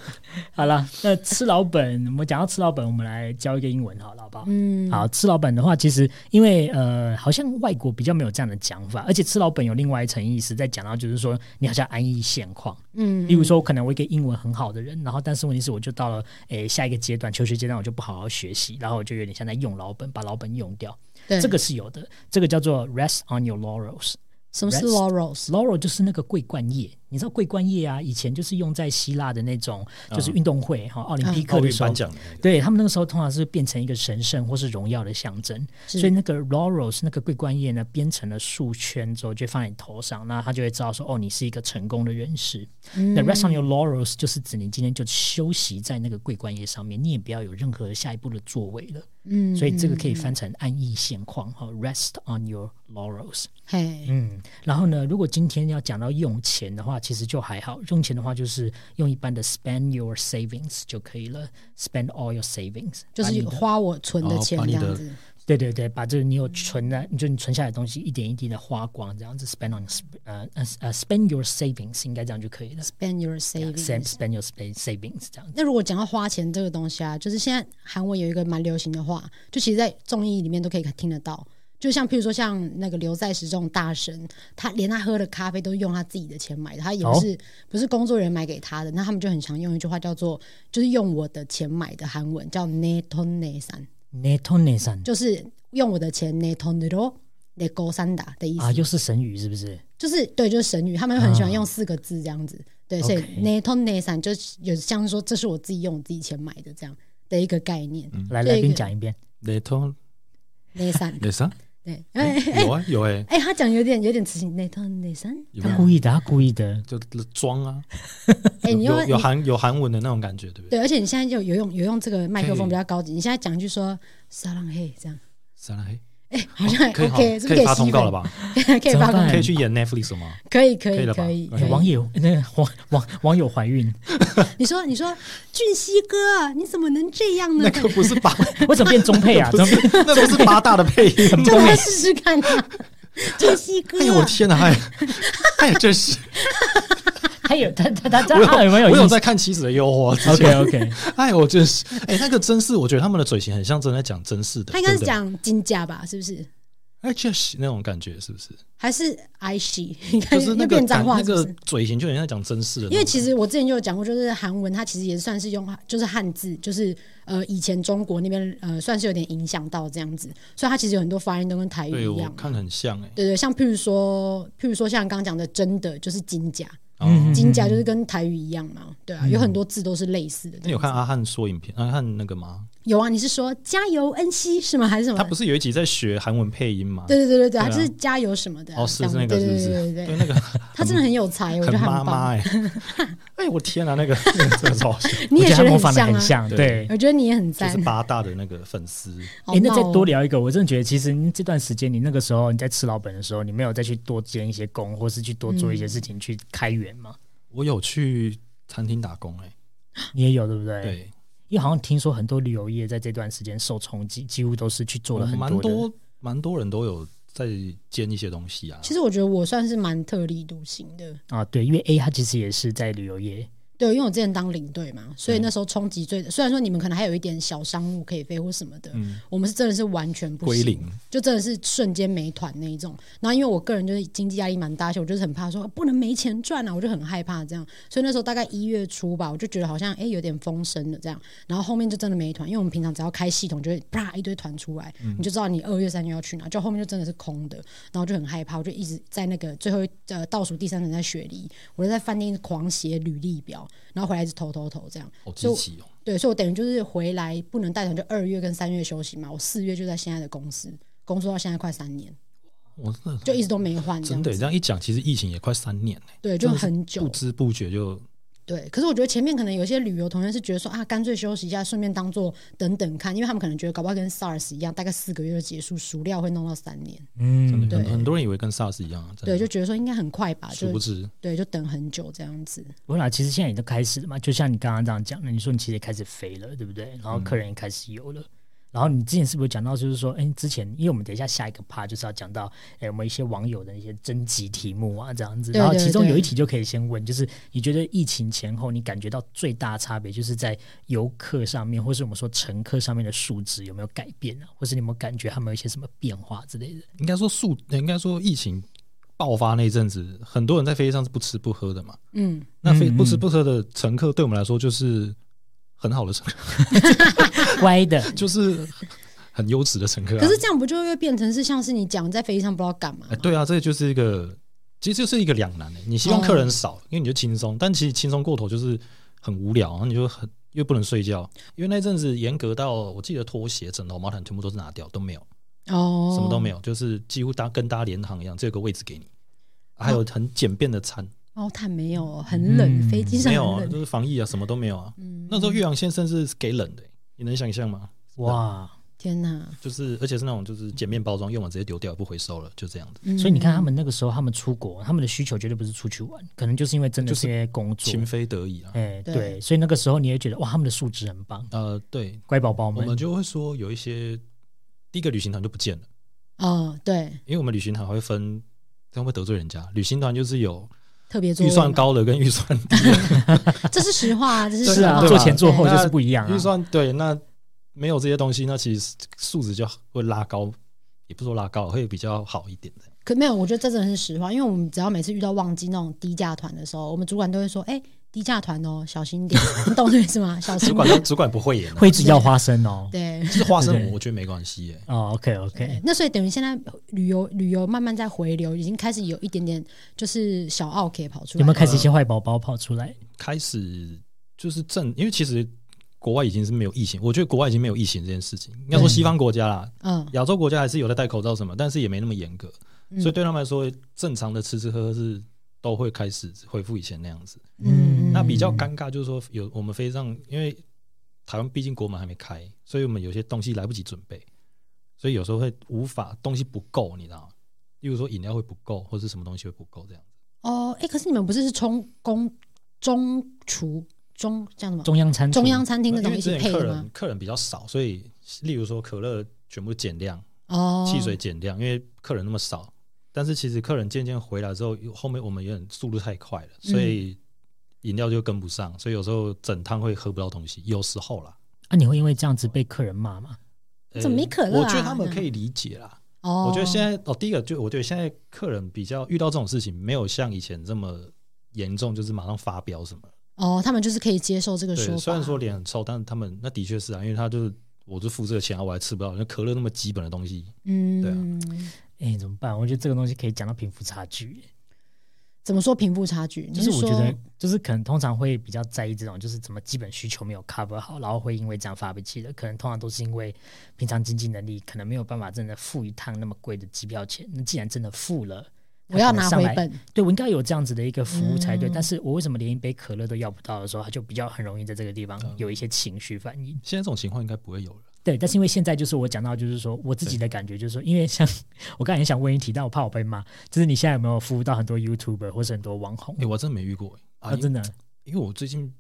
好了，那吃老本，我们讲到吃老本，我们来教一个英文好了，好不好？
嗯，
好，吃老本的话，其实因为呃，好像外国比较没有这样的讲法，而且吃老本有另外一层意思，在讲到就是说你好像安逸现况。
嗯，
例如说，可能我一个英文很好的人，然后但是问题是，我就到了诶下一个阶段，求学阶段，我就不好好学习，然后我就有点像在用老本，把老本用掉。
对
这个是有的，这个叫做 rest on your laurels。
什么是
rest-
laurels？
Laurel 就是那个桂冠叶，你知道桂冠叶啊，以前就是用在希腊的那种就是运动会哈、奥林匹克
嗯奥
的
运
时候
颁。奖的那个，
对他们那个时候，通常是变成一个神圣或是荣耀的象征，所以那个 laurel 是那个桂冠叶呢，编成了数圈之后，就放在你头上，那他就会知道说，哦，你是一个成功的人士。
嗯
那 rest on your laurels 就是指你今天就休息在那个桂冠叶上面，你也不要有任何下一步的作为了。
嗯
所以这个可以翻成安逸现况哈、r e s t on your laurels。
嘿，
嗯，然后呢，如果今天要讲到用钱的话，其实就还好。用钱的话，就是用一般的 spend your savings 就可以了，spend all your savings，
就
把你
是
的
花我存的钱
哦把
这
你的
样子。
对对对，把这个你有存的，你就你存下来的东西一点一滴的花光，这样子 spend on 呃呃呃 spend your savings 应该这样就可以了。
Spend your
Spend
savings。
spend your sp- savings 这样子，
那如果讲到花钱这个东西啊，就是现在韩文有一个蛮流行的话，就其实，在综艺里面都可以听得到。就像譬如说，像那个刘在石这种大神，他连他喝的咖啡都用他自己的钱买的，他也不是、不是工作人员买给他的。那他们就很常用一句话叫做“就是用我的钱买的”，韩文叫 “ne ton ne san”，
네톤네산
就是用我的钱 “ne ton ne ro ne go san da” 的意思。
啊，又是神语是不是？
就是对，就是神语，他们很喜
嗯
欢用四个字这样子。对，所以
OK
n a t o n a s a n 就是有像说这是我自己用我自己钱买的这样的一个概念。
嗯
来
这
来宾
个
讲一遍，
雷通
n a s a n
雷啥？
对，哎
啊有啊有哎，
哎，他讲有点有点词性 n a t o n a s a n
有没
他
有
故意的，他故意的。
就装啊，
哎，
有
你用
有有
你
韩有韩文的那种感觉，对不对？
对，而且你现在就有用有用这个麦克风比
可以
较高级，你现在讲一句说沙浪嘿这样，
撒拉黑
哎，好像还
哦可以好
OK，是不
可
是给
以发
吸
通告了
粉？
吧？
可以发
怎么办
通，
可以去演 Netflix 了吗？
可以可
可以
以
了吧
可以。
哎
哎
可以
网友那个网网网友怀孕，
你说你说俊熙哥，啊你怎么能这样呢
那？个不是 八，
我怎么变中配 啊？怎么变
那不是八大的配音吗。
叫他试试看啊， 俊熙哥啊
哎。呦我天哪！ 哎，哎，真是
还有他他他
我
他还有没有
我
意
有
思
在看《妻子的诱惑》之前。
？OK OK，
哎， 我真是哎，那个真是，我觉得他们的嘴型很像真的在讲真事的。
他应该是
对不对
讲金甲吧，是不是？
哎，就是那种感觉，是不是？
还是 I she？应该
嗯就是那
又
个
变脏
感
话
那
是不
个
是？
嘴型，就很像讲真事的那种感觉。
因为其实我之前就有讲过，就是韩文它其实也算是用就是汉字，就是呃以前中国那边呃算是有点影响到这样子，所以它其实有很多发音都跟台语
对
一
我
样。
看很像哎。
对对，像譬如说，譬如说像刚刚讲的，真的就是金甲，
哦
金甲就是跟台语一样嘛，对啊，有很多字都是类似的。
嗯
啊
那有看阿汉说影片，阿汉那个吗？
有啊，你是说加油恩熙是吗？还是什么
他？不是有一集在学韩文配音吗？
对对对对对，
啊
他就是加油什么的啊、
哦，
这
是
样
是
子
那个，
对
是不
对
是？
对对对，
那个
他真的很有才，我觉
很
得很
妈
棒。
妈 哎、哎，我天啊，那个 那个真的超好笑，
你
我
也
觉
觉
得
得
模
很
仿的
像
很
啊，
像，对。
我觉得你也很
就
赞
是。八大的那个粉丝，
好
哎、那再
闹哦
多聊一个，我真的觉得，其实你这段时间，你那个时候你在吃老本的时候，你没有再去多兼一些工，或是去多做一些事情去开源吗？
我有去餐厅打工哎、
你也有对不对？，
对，
因为好像听说很多旅游业在这段时间受冲击，几乎都是去做了很
蛮
多的
多蛮多人都有在煎一些东西啊，
其实我觉得我算是蛮特立独行的，
啊，对，因为 A 他其实也是在旅游业，
对，因为我之前当领队嘛，所以那时候冲击最，虽然说你们可能还有一点小商务可以飞或什么的，
嗯，
我们是真的是完全不
归
行，
零，
就真的是瞬间没团那一种。然后因为我个人就是经济压力蛮大，所以我就是很怕说啊不能没钱赚啊，我就很害怕这样。所以那时候大概一月初吧，我就觉得好像哎、诶有点风声了这样。然后后面就真的没团，因为我们平常只要开系统就会啪一堆团出来，你就知道你二月三月要去哪，就后面就真的是空的。然后就很害怕，我就一直在那个最后一呃倒数第三层在雪梨，我就在饭店狂写履历表，然后回来一直投投投这样。
好
就
积极哦。
对，所以我等于就是回来不能带团，就二月跟三月休息嘛。我四月就在现在的公司工作到现在快三年，
我真的
就一直都没换这
真
样
的
子。
这样一讲，其实疫情也快三年了，
对，就
真的是
很
不
久。
知不觉就
对，可是我觉得前面可能有些旅游同学是觉得说啊，干脆休息一下，顺便当做等等看，因为他们可能觉得搞不好跟 SARS 一样，大概四个月就结束，熟料会弄到三年。
嗯，
很
对
很多人以为跟 SARS 一样啊，真
对，
的
就觉得说应该很快吧，
殊
就
不知
对，就等很久这样子。
我啦，其实现在也都开始了嘛，就像你刚刚这样讲的，你说你其实也开始飞了，对不对？然后客人也开始有了。然后你之前是不是讲到，就是说，哎，之前因为我们等一下下一个 part 就是要讲到，哎，我们一些网友的一些征集题目啊，这样子。
对
然后其中
对
有一
对
题就可以先问，就是你觉得疫情前后你感觉到最大差别，就是在游客上面，或是我们说乘客上面的数值有没有改变啊？或是你有没有感觉他们有一些什么变化之类的？
应该说数，应该说疫情爆发那一阵子，很多人在飞机上是不吃不喝的嘛。
嗯，
那飞
嗯嗯
不吃不喝的乘客，对我们来说就是很好的乘客，
乖的，
就是很优质的乘客、啊。
可是这样不就会变成是像是你讲在飞机上不知道干嘛
哎，
吗？
对啊，这就是一个，其实就是一个两难的、欸你希望客人少，
哦
因为你就轻松，但其实轻松过头就是很无聊，然后你就很又不能睡觉，因为那阵子严格到我记得拖鞋、枕头、毛毯全部都是拿掉，都没有，
哦，
什么都没有，就是几乎搭跟搭联航一样，只有个位置给你，还有很简便的餐，
哦，炭没有，很冷，
嗯
飞机上
没有
很
啊，
冷。
就是防疫啊，什么都没有啊。
嗯
那时候岳阳线甚至是给冷的、你能想象吗？
哇！
天哪！
就是而且是那种就是简便包装，用完直接丢掉，不回收了，就这样子。
嗯
所以你看，他们那个时候，他们出国，他们的需求绝对不是出去玩，可能就是因为真的是因为工作，
情非得已啊。
哎、
对
对，所以那个时候你也觉得哇，他们的素质很棒，
呃，对，
乖宝宝
我
们。
们就会说有一些第一个旅行团就不见了，
哦，对，
因为我们旅行团还会分，这样会不会得罪人家？旅行团就是有
特别座
预
位
算
嘛，
高的跟预算 低的，
这是实话，这是
对
是
实
啊，
话。
对吧
做前做后
对
就是不一样啊
预。算对，那没有这些东西，那其实素质就会拉高，也不说拉高，会比较好一点的。
可没有，我觉得这真的是实话，因为我们只要每次遇到旺季那种低价团的时候，我们主管都会说：“哎、低价团哦，小心点。”你懂我的意思吗？小
主
心
管
点。
都主管不会演、啊，
会一直要花生哦。
对
其实花生
对
我我觉得没关系耶、
哦，OK OK，
对，啊那所以等于现在旅游旅游慢慢在回流，已经开始有一点点就是小奥 K 跑出来了。
有没有开始一些坏宝宝跑出来？
开始就是正，因为其实国外已经是没有疫情，我觉得国外已经没有疫情这件事情，应该说西方国家啦，
嗯，
亚洲国家还是有在戴口罩什么，但是也没那么严格，
嗯
所以对他们来说，正常的吃吃喝喝是都会开始恢复以前那样子。
嗯
那比较尴尬就是说，有我们飞机上，因为台湾毕竟国门还没开，所以我们有些东西来不及准备，所以有时候会无法东西不够，你知道吗？例如说饮料会不够，或是什么东西会不够这样。
哦，哎、可是你们不是是中公中厨中叫什么
中央餐厨
中央餐厅那
因
种
为
一
之
起
前
配
客
的吗
人？客人比较少，所以例如说可乐全部减量，
哦，
汽水减量，因为客人那么少。但是其实客人渐渐回来之后，后面我们有点速度太快了，所
嗯
以饮料就跟不上，所以有时候整趟会喝不到东西。有时候啦，
啊，你会因为这样子被客人骂吗？
呃
怎么没可乐啊
我觉得他们可以理解啦。
哦，
我觉得现在哦，第一个就我觉得现在客人比较遇到这种事情，没有像以前这么严重，就是马上发飙什么。
哦，他们就是可以接受这个说
对，
法。
虽然说脸很臭，但是他们那的确是啊，因为他就是我就付这个钱啊，我还吃不到，那可乐那么基本的东西，对啊
嗯，
哎，怎么办？我觉得这个东西可以讲到贫富差距，
怎么说贫富差距？
就
你
是我
说
觉得就是可能通常会比较在意这种，就是怎么基本需求没有 cover 好，然后会因为这样发脾气的，可能通常都是因为平常经济能力可能没有办法真的付一趟那么贵的机票钱。那既然真的付了，
我
他
要
可能
拿
上
回
来
本，
对我应该有这样子的一个服务才对，
嗯
但是我为什么连一杯可乐都要不到的时候，他就比较很容易在这个地方有一些情绪反应。
现在这种情况应该不会有了。
对，但是因为现在就是我讲到，就是说我自己的感觉，就是说，因为像我刚才也想问一题，但我怕我被骂，就是你现在有没有服务到很多 YouTuber 或是很多网红
哎、？我还真没遇过、
啊，
啊，
真的
因为我最近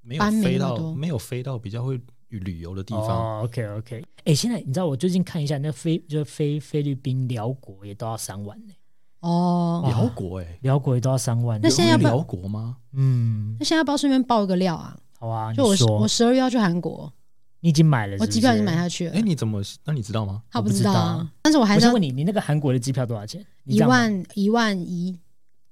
没有
班没
飞
那么
到，
多
没有飞到比较会旅游的地方。
哦，OK OK，哎，现在你知道我最近看一下，那菲就是菲菲律宾、辽国也都要三万呢。
哦。
辽国哎、
辽国也都要三万。
那现在要不要
辽国吗？
嗯，
那现在要不要顺便爆一个料啊？
好啊，
就我
你
十我
说
十二月要去韩国，
你已经买了是
我
不
机票已经
是
买下去了
哎、。你怎么？那你知道吗？
他
我
不
不
知
知
道
道
啊
啊，
但是我还
我
是
想
要
问你，你那个韩国的机票多少钱？你
一
这样买，
万一万一，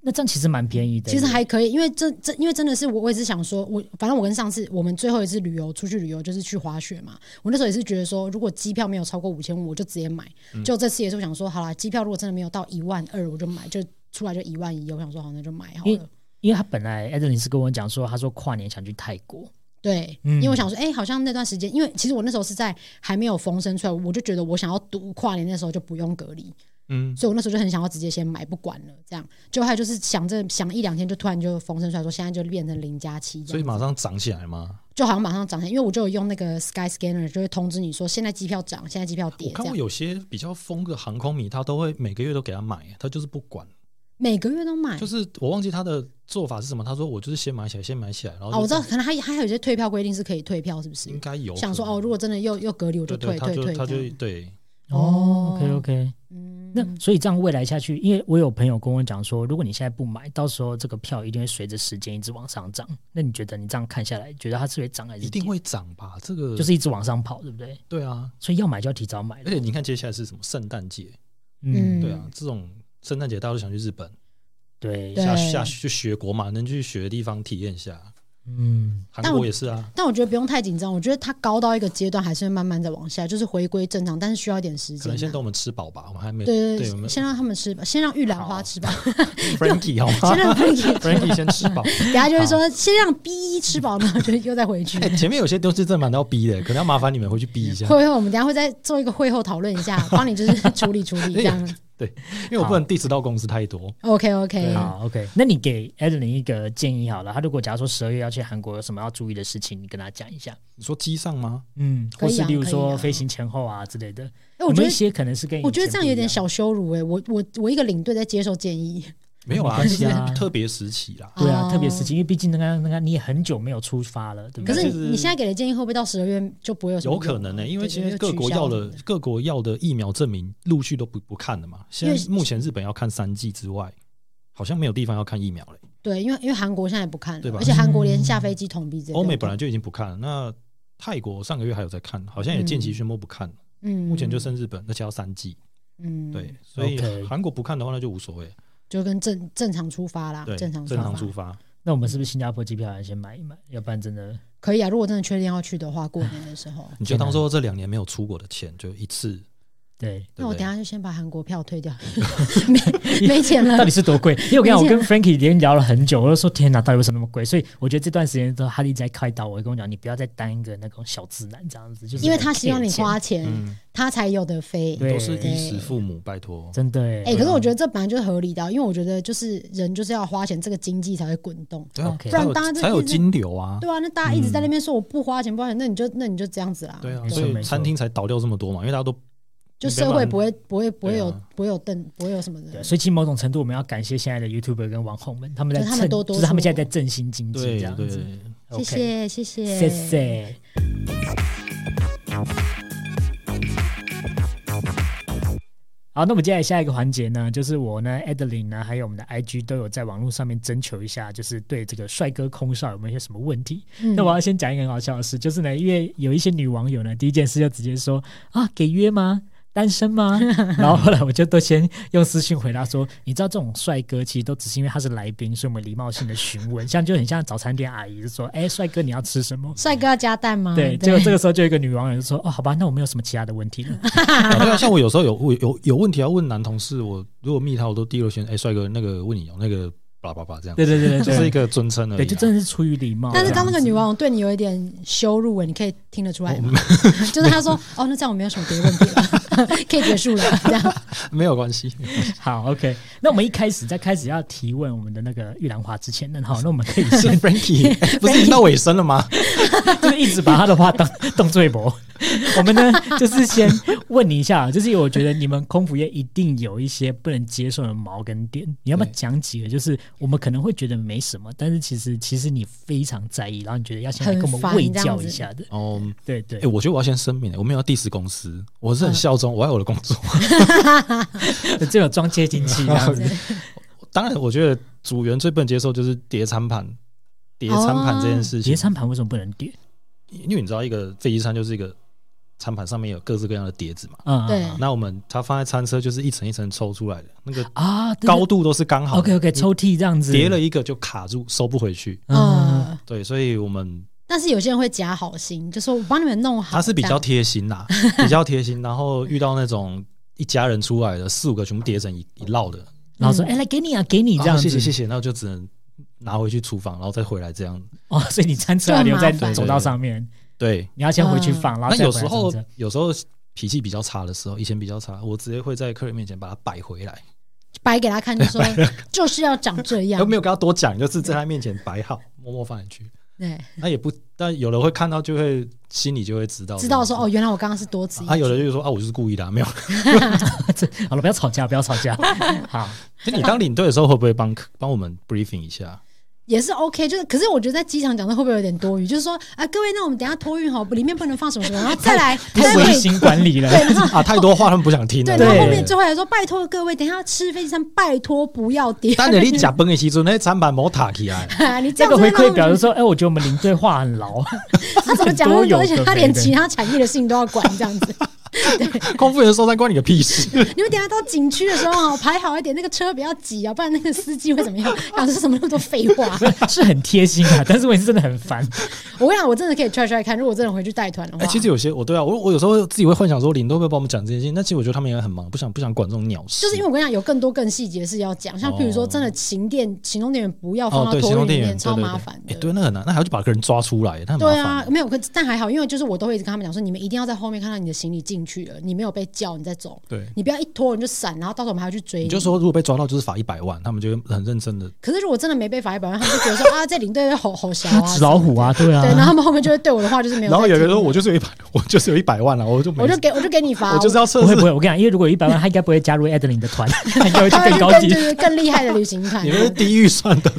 那这样其实蛮便宜的耶。
其实还可以，因为这这因为真的是我我也是想说，我反正我跟上次我们最后一次旅游出去旅游就是去滑雪嘛，我那时候也是觉得说，如果机票没有超过五千五，我就直接买。
嗯
就这次也是我想说，好啦，机票如果真的没有到一万二，我就买，就出来就一万一，我想说好那就买好
因
了。
因为他本来艾德林是跟我讲说，他说跨年想去泰国，
对，
嗯
因为我想说，哎、好像那段时间，因为其实我那时候是在还没有风声出来，我就觉得我想要读跨年那时候就不用隔离，
嗯，
所以我那时候就很想要直接先买不管了，这样。就还就是想着想一两天，就突然就风声出来说，现在就变成零加七，
所以马上涨起来吗？
就好像马上涨钱，因为我就有用那个 Sky Scanner，就会通知你说现在机票涨，现在机票
我
跌，这
看过
样
有些比较疯的航空迷，他都会每个月都给他买，他就是不管，
每个月都买。
就是我忘记他的做法是什么。他说我就是先买起来，先买起来，然后就
哦，我知道，可能还还有一些退票规定是可以退票，是不是
应？该嗯有
想说
可能
哦，如果真的又又隔离，我就退
对对，他
退
就
退。
他就
这样
对，
哦
OK OK，
嗯，
那所以这样未来下去，因为我有朋友跟我讲说，如果你现在不买，到时候这个票一定会随着时间一直往上涨。那你觉得你这样看下来，觉得它是会涨还是
一定
跌
会涨吧？这个
就是一直往上跑，对不对？
对啊，
所以要买就要提早买
而且你看接下来是什么圣诞节，
嗯，
嗯
对啊，这种圣诞节大家都想去日本，
对，
对
下下去学国嘛，能去学的地方体验一下。
嗯，
韩
但我
国也是啊，
但我觉得不用太紧张，我觉得它高到一个阶段还是会慢慢在往下，就是回归正常，但是需要一点时
可
间
能先
啊。
等我们吃饱吧，我们还没
对
我们
先让他们吃吧，先让玉兰花吃吧，
Frankie 好
先
吗
让 Frankie，
？Frankie 先吃 饱。
等下就会说先让 B 吃饱，然后就又再回去。
哎，前面有些东西真的蛮到逼的，可能要麻烦你们回去逼一下
会，会，我们等一下会再做一个会后讨论一下，帮你就是处理处理这
哎
样。
因为我不能 diss 到公司太多。
OK OK，
对
好，OK。那你给艾德林一个建议好了，他如果假如说十二月要去韩国，有什么要注意的事情，你跟他讲一下。
你说机上吗？
嗯，
可
或
以
是
啊
例如
可以
说
啊
飞行前后啊之类的，
哎，我
有没
觉
有
得
一些可能是跟以
我觉得
啊
前
这
不
样
一
有点小羞辱哎、我我我一个领队在接受建议，
没有啦，
没关
就
系
是
啊
特别时期啦。
对啊，
哦
特别时期，因为毕竟那个那个你也很久没有出发了，对不
可
对？
是
就
你
是
你现在给的建议会不会到十二月就不会有什么
有
用啊？
可能呢、因为
对
现在
对
各
就
国
取消
要
什么
的各国要的疫苗证明陆续都不不看了嘛。现
因
在
为
目前日本要看三剂之外，好像没有地方要看疫苗了、欸
对，因为因为韩国现在也不看
对
了，
吧
而且韩国连下飞机捅鼻子也不
欧
用捅。
美本来就已经不看了，那泰国上个月还有在看，好像也见其宣布不看了。
嗯，
目前就剩日本，而且要三剂。
嗯
对，，所以
OK
韩国不看的话，那就无所谓。
就跟正正常出发啦
对，，
正常
正常
出
出
发
发。
那我们是不是新加坡机票还是先买一买？要不然真的
可以啊。如果真的确定要去的话，过年的时候，
你就当做这两年没有出国的钱，就一次。
对，
对
那
不
我
对
等一下就先把韩国票退 掉，没没钱
到
了
底。是多贵？因为我跟你讲，我
没
跟 Frankie 连聊了很久，我就说天哪，到底为什么那么贵？所以我觉得这段时间都他一直在开导我，跟我讲，你不要再当一个那种小直男这样子，就是
因为他希望你花钱，
嗯，
他才有的飞。
对
都是衣食父母，拜托。
真的哎、
哎、可是我觉得这本来就是合理的啊、因为我觉得就是人就是要花钱，这个经济才会滚动。
对啊
OK
才
不然大家
有
就
才有
一直
金流啊。
对啊，那大家一直在那边说我不花钱，不花钱，那你就那你就这样子啦。
对啊，
没错
所以
没错
餐厅才倒掉这么多嘛，因为大家都
就社会不
会。
会不会不会有、
对啊
不会有凳不会有什么的
对，。所以其实某种程度我们要感谢现在的 YouTuber 跟网红们，他们在
对他们
趁
多多
就是他们
出
现
国
在在振兴经济这
对
样子。
谢
对，
OK，
谢谢谢
谢。谢。好，那我们接下来下一个环节呢，就是我呢，Adeline 呢，还有我们的 IG 都有在网络上面征求一下，就是对这个帅哥空少有没有一些什么问题？
嗯
那我要先讲一个很好笑的事，就是呢，因为有一些女网友呢，第一件事就直接说啊，给约吗？单身 吗？然后后来我就都先用私信回答说，你知道这种帅哥其实都只是因为他是来宾，所以我们礼貌性的询 问，像就很像早餐店阿姨就说，哎，帅哥你要吃什么？
帅哥要加蛋吗？
对，结
对
果这个时候就有一个女网友就说，哦，好吧，那我没有什么其他的问题 了。
啊对啊，像我有时候有我有有问题要问男同事，我如果密他，我都第一个先，哎，帅哥，那个问你哦，那个叭叭叭这样，
对对对对
就
对，
是一个尊称而已啊。
对，就真的是出于礼貌。
但是刚那个女
网
网友对你有一点羞辱，欸你可以听得出来吗？ 就是她说哦，那这样我没有什么别的问题了， 可以结束了这样。
没有关 系，
好，OK。那我们一开始在开始要提问我们的那个玉兰花之前，那好，那我们可以
是 Frankie，哎不是已经到尾声了吗？
就是一直把他的话当 当最博。我们呢，就是先问你一下，就是我觉得你们空服业一定有一些不能接受的毛跟点，你要不要
对
讲几个？就是我们可能会觉得没什么，但是其实其实你非常在意，然后你觉得要先来跟我
很
们
烦
喂
这样
教
子
一下的。
哦，
对对嗯
哎，，我觉得我要先声明，我没有要 diss 公司，我是很效中，我爱我的工作。
这种装接近器这 样子，
当然，我觉得组员最不能接受就是叠餐盘，叠餐盘这件事情。
哦叠餐盘为什么不能叠？
因为你知道，一个飞机餐就是一个餐盘上面有各式各样的碟子嘛。
嗯，嗯
对
嗯
那我们它放在餐车就是一层一层抽出来的，那个
啊，对
高度都是刚好的。
OK OK，抽屉这样子
叠了一个就卡住，收不回去。
嗯，
呃，
对，所以我们
但是有些人会假好心，就说我帮你们弄好。
他是比
这
较
样
贴心啦，比较贴心。然后遇到那种一家人出来的四五个全部叠成一一摞的，
然后说哎来给你啊，给你这样
哦
子，
谢谢谢谢，那就只能拿回去厨房，然后再回来这样。
哦，所以你餐车要
就
留
很
在
麻烦
走道上面，
对，
你要先回去放，然后
那
再
有
回
时
来
候
餐车
有时候脾气比较差的时候，以前比较差，我直接会在客人面前把它摆回来，
摆给他看，就 说就是要长这样
又。没有跟他多讲，就是在他面前摆好， 默默放进去。
对，
那也不，但有的会看到就会心里就会知道，
知道说哦，。原来我刚刚是多此一举。
啊，有的就是说啊，我就是故意的、啊，没有。
好了，不要吵架，不要吵 架，好，
那你当领队的时候，会不会帮客帮我们 briefing 一下？
也是 OK，就是可是我觉得在机场讲的会不会有点多余？就是说啊，各位，那我们等一下托运好，里面不能放什么什么，然后再来，
太
待
微
会
心管理了，
啊，太多话他们不想听
对，
了。
然后
对
后面最后还说拜托各位，等一下吃飞机餐，拜托不要点。 啊
但是你假崩的时候，那餐盘没塔起来，
你
这
这样
个
子
回
会让
馈表
他
示
们
说，哎，我觉得我们零对话很 牢，
他怎么讲
很多
那么多，
有
而且
的
他
没
连
的
其他产业的事情都要管这样子。
空服员受伤关你个屁事！
你们等一下到景区的时候啊，排好一点，那个车不要挤啊，不然那个司机会怎么样？ 讲是什么那么多废话。
是很贴心 啊，但是我也是真的很烦，
我跟你讲，我真的可以 try try 看，如果真的回去带团的话，
哎，其实有些我对啊，我我有时候自己会幻想说，领队会帮我们讲这些事情，那其实我觉得他们也很忙，不想不想管这种鸟事。
就是因为我跟你讲，有更多更细节的事要讲，像譬如说，
哦
真的行店、行动电源不要放
哦，
到
对，行
托
动
运里
电
面，
源
超麻烦
哎，
的。
诶对，那很难，那还要去把客人抓出来，那很麻
对啊
烦，。
没有，可但还好，因为就是我都会一直跟他们讲说，你们一定要在后面看到你的行李进去了，你没有被叫，你再走，
对，
你不要一拖你就闪，然后到时候我们还要去追
你就说如果被抓到就是罚一百万，他们就会很认真的。
可是如果真的没被罚一百万，他们就觉得说啊，这领队在吼吼小啊，
纸老虎啊，对啊，
对，然后他们后面就会对我的话就是没有
然
再听
后
了。
有人说我就是有一百，我就是有一百万了，我就没
我就给我就给你罚，
我就是要测
不会
试
不。会，我跟你讲，因为如果有一百万，他应该不会加入 Adeline 的 团，他应该会去更高
就
级。
是 更厉害的旅行团
你。们是低预算的，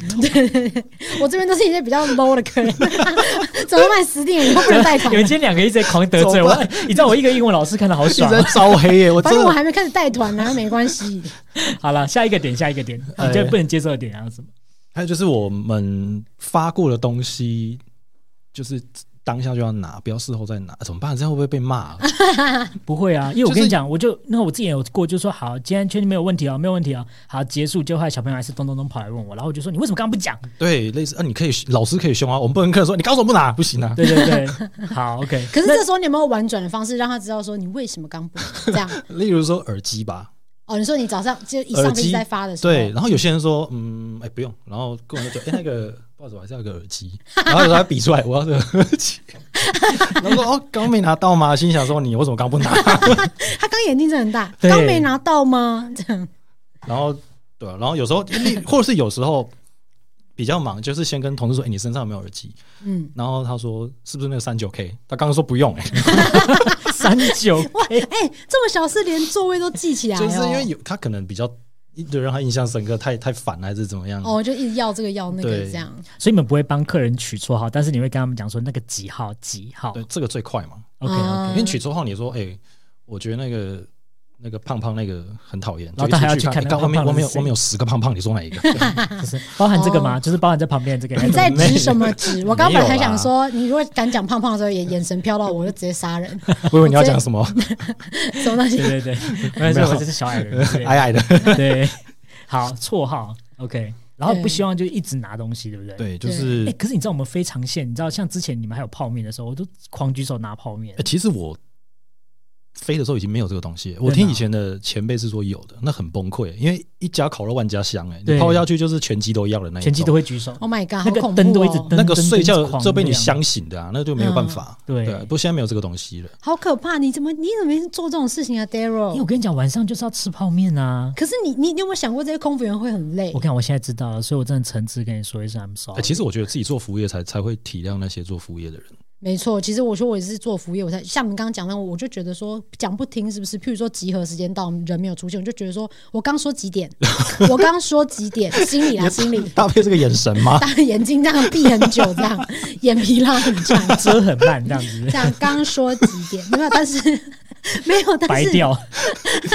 我这边都是一些比较 low 的客人， 怎么办？死定了，以后不能带团
你们。今天两个一直在狂得罪
怎 么
我哎
办，
你知道我一个英文老师看的好
一直
爽
在
啊。
招黑耶！我
反
真
正我
的
还没开始带团呢，没关系。
好了，下一个点，下一个点，
哎
你觉得不能接受的点啊什么？
还有就是我们发过的东西，就是当下就要拿，不要事后再拿，怎么办？这样会不会被骂 啊？
不会啊，因为我
就是
跟你讲，我就那个我自己也有过，就说好，今天确定没有问题哦，没有问题哦。好，结束，就后来小朋友还是咚咚咚跑来问我，然后我就说你为什么刚刚不讲？
对，类似啊，你可以老师可以凶啊，我们不能跟客人说你高手不拿，不行啊。
对对对， 好，OK。
可是这时候你有没有婉转的方式让他知道说你为什么刚不这样？
例如说耳机吧，
哦，你说你早上就一上飞机在发的时候，
对，然后有些人说嗯，哎、不用，然后客人就觉得哎、那个不好意思，我还是要个耳机，然后有时候还比出来我要这个耳机， 然后说哦，刚刚没拿到吗？心想说你为什么刚不拿？
他刚眼睛真的很大，
对
刚没拿到吗？这样
然后对啊、然后有时候例或者是有时候比较忙，就是先跟同事说，哎、你身上有没有耳机？
嗯，
然后他说是不是那个三九 K？他刚刚说不用、哎，
三九
哇，哎，这么小事连座位都记起来哦，
就是因为有他可能比较对让他印象深刻，太太烦还是怎么样？
哦，就一直要这个要那个
对
这样。
所以你们不会帮客人取绰号，但是你会跟他们讲说那个几号几号
对，哦这个最快嘛。
，OK
啊
OK。
因为取绰号，你说，哎、我觉得那个那个胖胖那个很讨厌，
然后他还要去看那个
哎刚外面
胖
外
胖是
面有
谁
外面有十个胖胖，你说哪一个？
就是包含这个
哦
吗？就是包含在旁边这个。
你在 指什么指？我刚刚本来还想
没有啦
说，你如果敢讲胖胖的时候，也眼神飘到我，我就直接杀人，
我以为你要讲什么
什么东西？
对对对，没关系，
没有
我这是小矮人。 对
矮矮的，
对，好，绰号 OK，然后不
对
希望就一直拿东西，对不对？。
对，就
哎、
是。
可是你知道我们非常线，你知道像之前你们还有泡面的时候，我都狂举手拿泡面
哎，。其实我飞的时候已经没有这个东西了。
真
我
的
听
啊
以前的前辈是说有的，那很崩溃，欸因为一家烤肉万家香，哎，
对
你抛下去就是全鸡都要的那一
全机
种
都会举手，
Oh my god，
那
好
个
恐
灯
怖
都一直
哦！
灯
那个
灯
睡
灯一
觉
直狂
就被你
亮
香醒的啊，那就没有办法。
对
对啊，不过现在没有这个东西了。
好可怕！你怎么你怎么做这种事情啊
因哎为我
，Daryl？
跟你讲，晚上就是要吃泡面啊。
可是你你你有没有想过，这些空服员会很累
我？看我现在知道了，所以我真的诚挚跟你说一声 I'm
哎
sorry。
其实我觉得自己做服务业才才会体谅那些做服务业的人。
没错，其实我说我也是做服务业，我才像你刚刚讲的，我就觉得说讲不听是不是？譬如说集合时间到，人没有出现，我就觉得说我刚说几点，我刚说几点，心里啊心里。
搭配这个眼神吗？
大眼睛这样闭很久，这样眼皮拉很长，
遮很慢这样子
这，样刚说几点没有，但是没有，但
白
是
掉。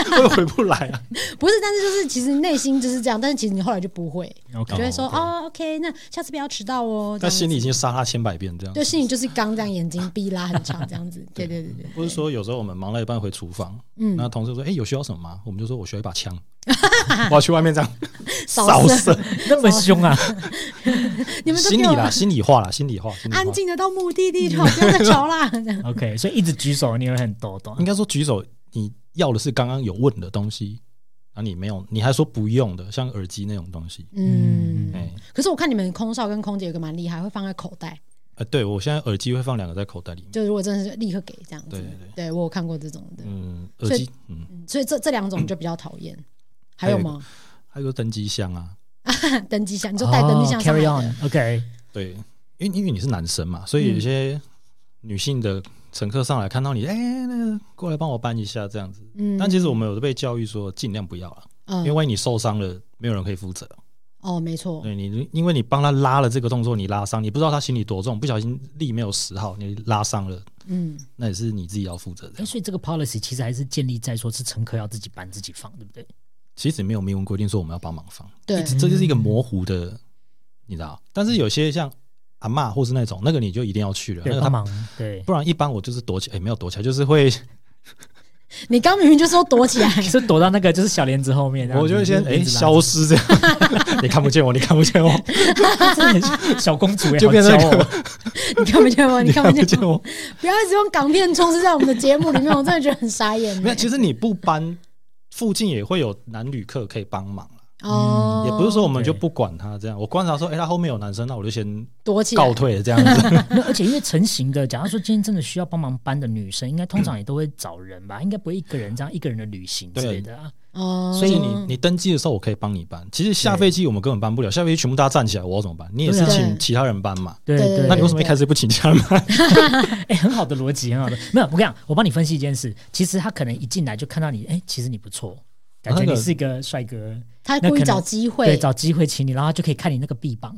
会回不来啊。
不是，但是就是其实内心就是这样，但是其实你后来就不会，
OK，
就会说
，OK
哦，OK，那下次不要迟到哦。这样
但
子
心里已经杀他千百遍这样。
对，心里就是刚这样，眼睛闭拉很长这样子。对对对对，
或者说有时候我们忙到一半回厨房，
嗯
那同事说：“哎、有需要什么吗？”我们就说：“我需要一把 枪，我要去外面这样
扫
射。
那么凶啊！
你们都
心
给
里
我
啦，心里话啦，心里话，心里话嗯
安。静的到目的地就好，不要再吵 啦。这样
OK，所以一直举手你会很抖动
应。该说举手，你要的是刚刚有问的东西，然后你没有，你还说不用的，像耳机那种东西。
嗯，
哎、
可是我看你们空少跟空姐有个蛮厉害，会放在口袋，
呃，对我现在耳机会放两个在口袋里面。
就如果真的是立刻给这样
嗯对
子
对。对，
对我有看过这种的，
嗯，
所以
耳机，嗯，
嗯所以这这两种就比较讨厌。还有吗？
还有个登机箱啊，
登机箱，你说带登机箱
哦
上来
carry
的
on。OK，
对，因为因为你是男生嘛，所以有些女性的乘客上来看到你，哎、那个过来帮我搬一下这样子。
嗯
但其实我们有被教育说尽量不要了，因为
嗯，
万一你受伤了，没有人可以负责。
哦，没错，
对你，因为你帮他拉了这个动作，你拉伤，你不知道他心里多重，不小心力没有使好，你拉伤了，
嗯，
那也是你自己要负责的
哎，。所以这个 policy 其实还是建立在说是乘客要自己搬自己放，对不对？
其实没有明文规定说我们要帮忙放，
对，
这就是一个模糊的，你知道。但是有些像阿嬷或是那种，那个你就一定要去了，那
对，
个
帮
他
忙，对。
不然一般我就是躲起来，哎、没有躲起来，就是会，
你刚明明就说躲起 来，
是躲到那个就是小帘子后面，
我就会先哎、
小
消失 这样，你看不见我，你看不见我，
小公主也
就
好
变成
骄
一
傲
个。
你看不见 我，你看
看
不
不
见
见
我，
我。
不要一直用港片充斥在我们的节目里面，我真的觉得很傻眼。
没有，其实你不搬，附近也会有男旅客可以帮忙啦
哦，
嗯也不是说我们就
对
不管他这样。我观察说，哎、他后面有男生，那我就先
躲起来
告，退了这样子。
没有而且因为成型的，假如说今天真的需要帮忙搬的女生，应该通常也都会找人吧，应该不会一个人这样一个人的旅行之类的啊。
哦，
所以你你登机的时候，我可以帮你搬。其实下飞机我们根本搬不了，下飞机全部大家站起来，我要怎么办？你也是
对啊
请其他人搬嘛。
对
对
对，
那你为什
么？
么一开始不请其他人搬？
哎，很好的逻辑，很好的。没有，我跟你讲，我帮你分析一件事，其实他可能一进来就看到你，哎，其实你不错，感觉
那个
你是一个帅哥，
他故意找机
对，
会，
找机会请你，然后他就可以看你那个臂膀，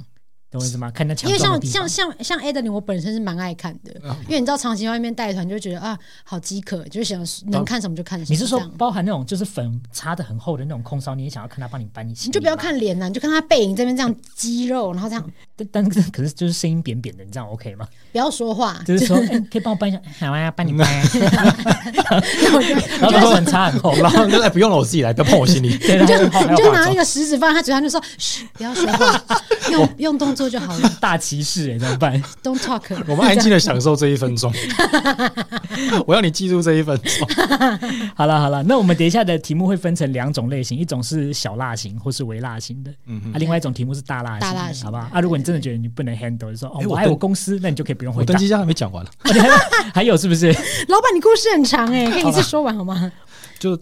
懂我意思吗？看那强
因为
壮的啊
像
臂膀
像。像像 a d e 我本身是蛮爱看的，因为你知道长期在外面带团就觉得啊，好饥渴，就想能看什么就看什么。
你是说
这样
包含那种就是粉擦的很厚的那种空少，你也想要看他帮你搬一起？
你就不要，看脸啊呐，你就看他背影这边这样肌肉，然后这样
但但是可是就是声音扁扁的，你这样 OK 吗？
不要 说话，
就是说，哎可以帮我搬一下，好啊，帮你搬啊。
我觉得
然后把粉擦很厚，
然后就哎，不用了，我自己来，不要碰我行李。
对，然后还
你
要
就
化
拿一
妆，
个食指放在他嘴上，就说嘘，不要说 话，用用动作就好了
大歧视哎，怎么办？
，Don't talk。
我们安静的享受这一分钟，我要你记住这一分钟。
好了好了，那我们等一下的题目会分成两种类型，一种是小辣型或是微辣型的，
嗯
啊，另外一种题目是大辣型的，
大辣型的
好不好？啊，如果你真的觉得你不能 handle，就说哦
哎，
我
我
爱我
登
公司，那你就可以不用
我
回答
登。机箱还没讲完，
还有是不是？
老板，你故事很长哎，可以一次说完 好吗？
就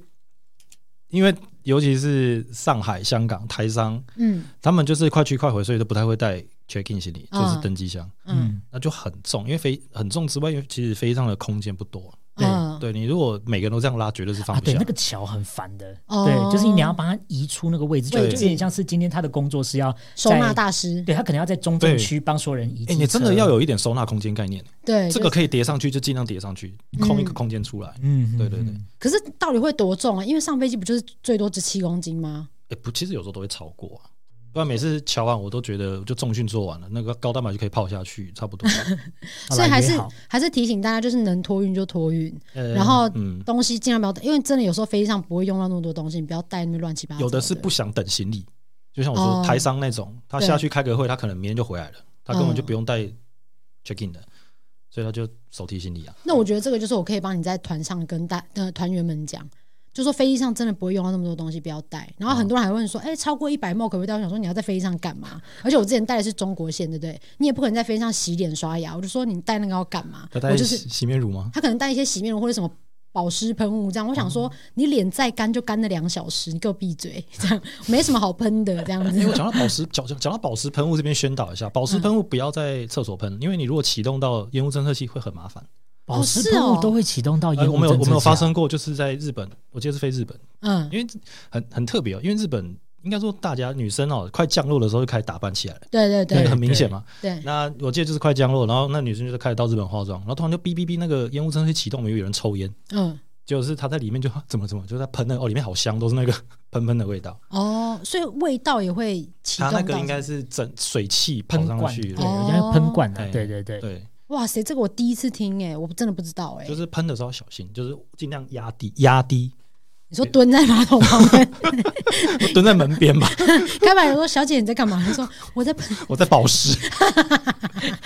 因为尤其是上海、香港台商，
嗯
他们就是快去快回，所以都不太会带 check in 行李，
嗯
就是登机箱，
嗯
嗯，
那就很重，因为飞很重之外，因为其实飞机上的空间不多。
对
嗯，
对你如果每个人都这样拉，绝对是放
啊，
不
对，
下。
那个桥很烦的，
哦
对，就是你要把它移出那个位置，就
对
就有点像是今天他的工作是要
收纳
在，
大师，
对他可能要在中正区帮所有人移机
哎、
车。
你真的要有一点收纳空间概念，
对，嗯
这
就
个可以叠上去就尽量叠上去，空一个空间出来。
嗯，嗯，
对对对
嗯
可是到底会多重啊？因为上飞机不就是最多只七公斤吗？
哎、不，其实有时候都会超过啊。不然每次瞧完我都觉得就重训做完了，那个高蛋白就可以泡下去，差不多。
好啦
所以还
也
是
好
还是提醒大家，就是能托运就托运，
呃
然后
嗯，
东西尽量不要带，因为真的有时候飞机上不会用到那么多东西，你不要带那么乱七八糟。
有的是不，想等行李，就像我说、
哦
台商那种，他
对
下去开个会，他可能明天就回来了，他根本就
嗯
不用带 check in 的，所以他就手提行李啊。
那我觉得这个就是我可以帮你在团上跟大呃团员们讲。就说飞机上真的不会用到那么多东西，不要带。然
哦
后很多人还问说：“哎、超过一百 ml 可不可以带？”我想说你要在飞机上干嘛？而且我之前带的是中国线，对不对？你也不可能在飞机上洗脸刷牙。我就说你带那个要干嘛？
他带
我就是
洗洗面乳吗？
他可能带一些洗面乳或者什么保湿喷雾这样。我想
哦
说，你脸再干就干那两小时，你给我闭嘴，这样没什么好喷的，这样
因为我
子。
讲到保湿，讲讲到保湿喷雾这边宣导一下，保
嗯
湿喷雾不要在厕所喷，因为你如果启动到烟雾侦测器会很麻烦。
保湿
是
喷雾
哦
都会启动到
呃
哦烟雾
我们有
侦
我
测
们有
器啊
发生过，就是在日本，我记得是飞日本，
嗯，
因为很很特别哦，因为日本应该说大家女生哦，快降落的时候就开始打扮起来了，
对对
那个
对
很明显嘛。
对，
那我记得就是快降落，然后那女生就是开始到日本化妆，然后突然就哔哔哔，那个烟雾侦测器启动，我们以为有人抽烟，
嗯，
就是他在里面就怎么怎么，就在喷那个哦，里面好香，都是那个 喷喷的味道。
哦，所以味道也会启
它
动到
那个应该是整水汽跑
喷
上
罐，
去
对，
的，
哦
人家喷罐的
哎，
对对对，
对，
哇塞，这个我第一次听哎、我真的不知道哎、
就是喷的时候要小心，就是尽量压低压低，
你说蹲在马桶旁边，
蹲在门边吧，
开板说小姐你在干嘛？你说我在喷，
我在保湿。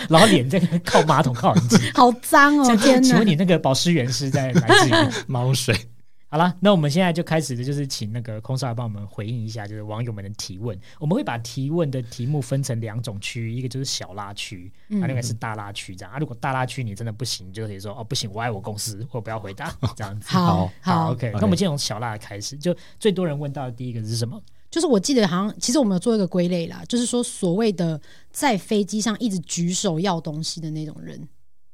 然后脸在那靠马桶靠很近。
好 脏哦，天
请
哪
问！你那个保湿员是在来自 于？
猫水，
好啦，那我们现在就开始，就是请那个空少来帮我们回应一下，就是网友们的提问。我们会把提问的题目分成两种区域，一个就是小拉区，
嗯
啊，另外是大拉区这样。啊，如果大拉区你真的不行，你就可以说哦，不行，我爱我公司，我不要回答这样子。
好
好
好
，OK，那
OK
我们先从小拉的开始，就最多人问到的第一个是什么？
就是我记得好像其实我们有做一个归类啦，就是说所谓的在飞机上一直举手要东西的那种人，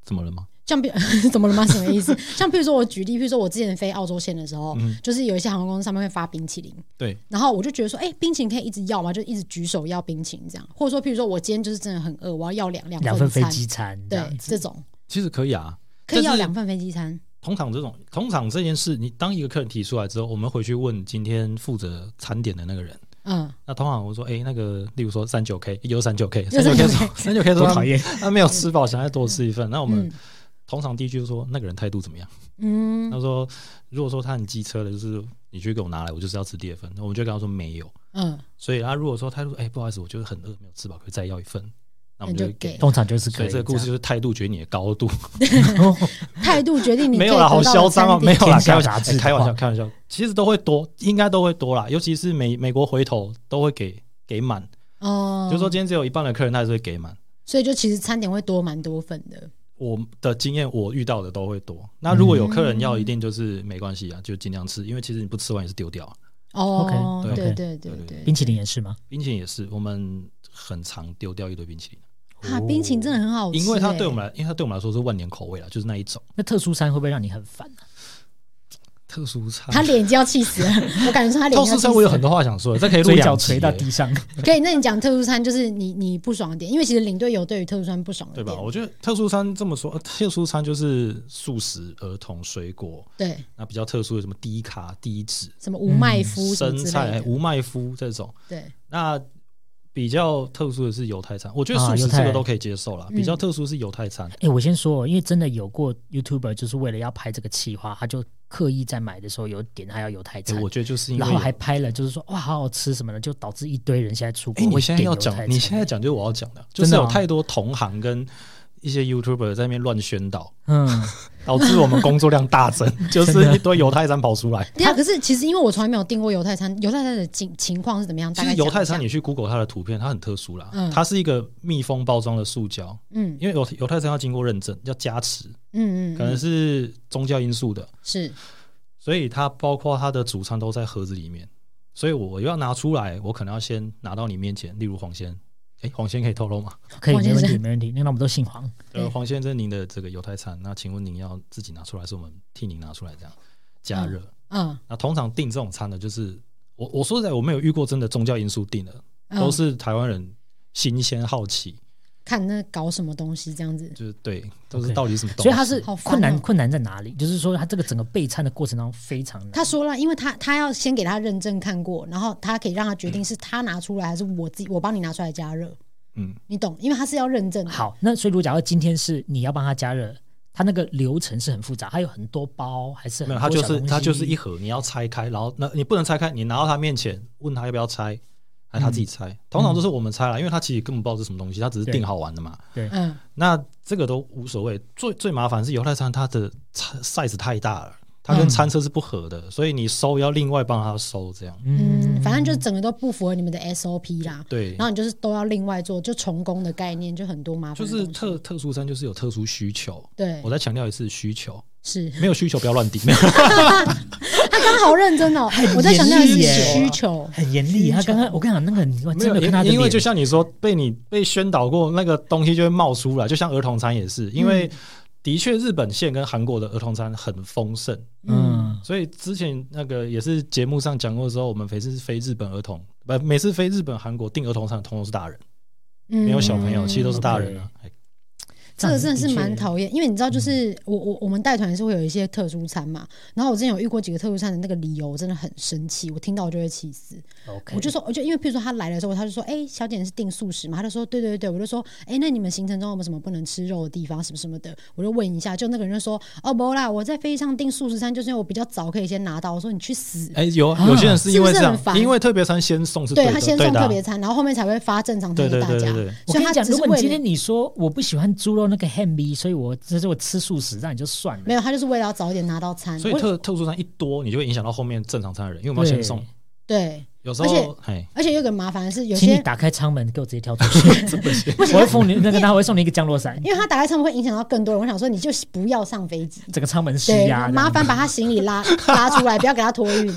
怎么了吗？
像比 怎么了吗？什么意思？ 像譬如说我举例，譬如说我之前飞澳洲线的时候，
嗯
就是有一些航空公司上面会发冰淇淋，
对，
然后我就觉得说，哎、冰淇淋可以一直要吗？就一直举手要冰淇淋这样，或者说譬如说我今天就是真的很饿，我要要两两
两份飞
餐，
机餐这
对
样
这
子。
种
其实可以啊。
可以
但
要
是
两份飞机餐。
通常这种，通常这件事，你当一个客人提出来之后，我们回去问今天负责餐点的那个人。
嗯，
那通常我说，哎、那个，例如说三九 K，又三九 K，
又
三九 K 说，三九 K 说
多
他
讨厌！
他没有吃饱，想再多吃一份。那我们
嗯
通常第一句就说，那个人态度怎么样？
嗯，
他说，如果说他很机车的，就是你去给我拿来，我就是要吃第二份。那我们就跟他说没有。
嗯，
所以他如果说态度，哎、不好意思，我就是很饿，没有吃饱，可以再要一份。那我们
那
就
就
给
给。
通常就是
所
可
以
以
这个故事
这
就是态度决定你的高度。
态度决 定你
没有啦，
可以得到
好
的
嚣张啊！
餐点
没有啦，
天下
开玩笑，
杂志
哎开玩笑，
的话
开玩笑。其实都会多，应该都会多啦。尤其是美美国回头都会给给满，
哦，
就是说今天只有一半的客人，他还是会给满。
所以就其实餐点会多蛮多份的。
我的经验，我遇到的都会多。那如果有客人要，一定就是没关
嗯
系啊，就尽量吃，因为其实你不吃完也是丢掉啊。
哦
OK，
对
对
对对
对
对，
样冰淇淋也是吗？
冰淇淋也是，我们很常丢掉一堆冰淇淋，
啊，冰淇淋真的很好吃欸，
哦因为它对我们来，因为它对我们来说是万年口味啦，就是那一种
那特殊餐会不会让你很烦啊？
特殊餐。
他脸已经要气死了，我感觉说他脸
特
已经要
殊
气死
餐
了。
我有很多话想说，这可以录
嘴角
两集
垂到
耶
地上，
可以，那你讲特殊餐就是你你不爽的点，因为其实领队有对于特殊餐不爽的
对
点，
吧？我觉得特殊餐这么说，呃特殊餐就是素食、儿童、水果，
对
那比较特殊的什么低卡、低脂、
什么无麦麸什
生
么之
菜、
类
哎
的，
无麦麸这种。
对，
那比较特殊的是犹太餐，我觉得
啊
素食
犹太
这个都可以接受啦。
嗯
比较特殊是犹太餐，
哎、我先说哦，因为真的有过 YouTuber 就是为了要拍这个企划，他就刻意在买的时候有点他要犹太
哎
餐，
我觉得就是因为
然后还拍了，就是说哇好好吃什么的，就导致一堆人现在出
哎、
国
你
会
现
点
在要
犹
讲
太，
你
餐。
现在讲就是我要讲的，就
真
是
的
有
吗
太多同行跟一些 YouTuber 在那边乱宣导，
嗯，
导致我们工作量大增， 就是一堆犹太餐跑出来。
对啊，可是其实因为我从来没有订过犹太餐，犹太餐的情情况是怎么样？
其
大
实
概
犹
讲
太
一下
餐你去 Google 它的图片，它很特殊啦，
嗯
它是一个密封包装的塑胶，
嗯
因为犹犹太餐要经过认证，要加持，
嗯嗯，
可能
嗯
是宗教因素的，
是
所以它包括它的主餐都在盒子里面，所以我要拿出来，我可能要先拿到你面前，例如黄先，哎，黄先可以透露吗？
可以，
王
没
先
问题，
生
没问题。那我们都姓黄，
对
呃，黄先生，您的这个犹太餐，那请问您要自己拿出来，还是我们替您拿出来这样加热？
嗯
那通常订这种餐的，就是我我说实在，我没有遇过真的宗教因素订的，
嗯
都是台湾人新鲜好奇。
看那搞什么东西这样子，
就是对，都是
OK
到底什么东西？
所以它是
好烦
困难
哦
困难在哪里？就是说它这个整个备餐的过程当中非常难。
他说了，因为他他要先给他认证看过，然后他可以让他决定是他拿出来还是我自己我帮你拿出来加热，
嗯，
你懂？因为他是要认证的。，
好，那所以如果假如今天是你要帮他加热，它那个流程是很复杂，它有很多包，还是很
没有，
多
它就
小
是
东
它就是
西
一盒，你要拆开，然后那你不能拆开，你拿到他面前问他要不要拆，还是他自己拆？通常都是我们拆了，因为他其实根本不知道是什么东西，他只是
嗯对
定好玩的嘛。
嗯，
那这个都无所谓，最最麻烦是犹太餐它的餐 size 太大了，它
嗯
跟餐车是不合的，所以你收要另外帮他收这样。
嗯，反正就整个都不符合你们的 SOP 啦。
对
然，后你就是都要另外做，就重工的概念就很多麻
就
烦的东
是
西。
特特殊餐就是有特殊需求，
对
我再强调一次需求，
是，
没有需求不要乱订。没有
他刚好认真哦，我在强调的是需求。
很严厉。他刚刚我跟你讲，那个很我
没
啊真
有，
的看他的
因因为
脸
就像你说，被你被宣导过那个东西就会冒出来，就像儿童餐也是，因为的确日本线跟韩国的儿童餐很丰盛，
嗯，
嗯，
所以之前那个也是节目上讲过的时候，我们每次飞日本儿童，不每次飞日本、韩国订儿童餐，通通是大人，
没
没有小朋友，
嗯
其实都是大人啊。哎
这个真的是蛮
讨。
讨厌，因为你知道，
嗯
就是我我我们带团也是会有一些特殊餐嘛，然后我之前有遇过几个特殊餐的那个理由，我真的很生气，我听到我就会气死。
嗯
OK，
我就说，我就因为譬如说他来的时候，他就说，哎、小姐你是订素食嘛？他就说，对对对，我就说，哎、那你们行程中有没有什么不能吃肉的地方，什么什么的？我就问一下，就那个人就说，哦，不啦，我在飞机上订素食餐，就是因为我比较早可以先拿到。我说你去死！
哎，有啊
啊
有些人是因为
是不
这
是
样
很，烦
因为特别餐先送是
对
的
他先送
对的啊
特别餐，然后后面才会发正常餐给
对对
大
对
家
对。对，
我
所
跟
以
你
他
讲，
只
如
是
果你
为
今
了
天你说我不喜欢猪肉那个 ham b 所以我这是我吃素食，那你就算了。
没有，他就是为了要早一点拿到餐。
所以
我
特特殊餐一多，你就会影响到后面正常餐的人，因为我们要先送
对。
对，
有时
而且
候，哎，
而且有一个麻烦的是，有
请你
些
打开舱门，给我直接跳出 去。 我会送你那个，他会送你一个降落伞。
因为他打开窗户会影响到更多人，我想说你就不要上飞机，
整个舱门施
对，
压，
啊
麻烦把他行李拉拉出来，不要给他托运，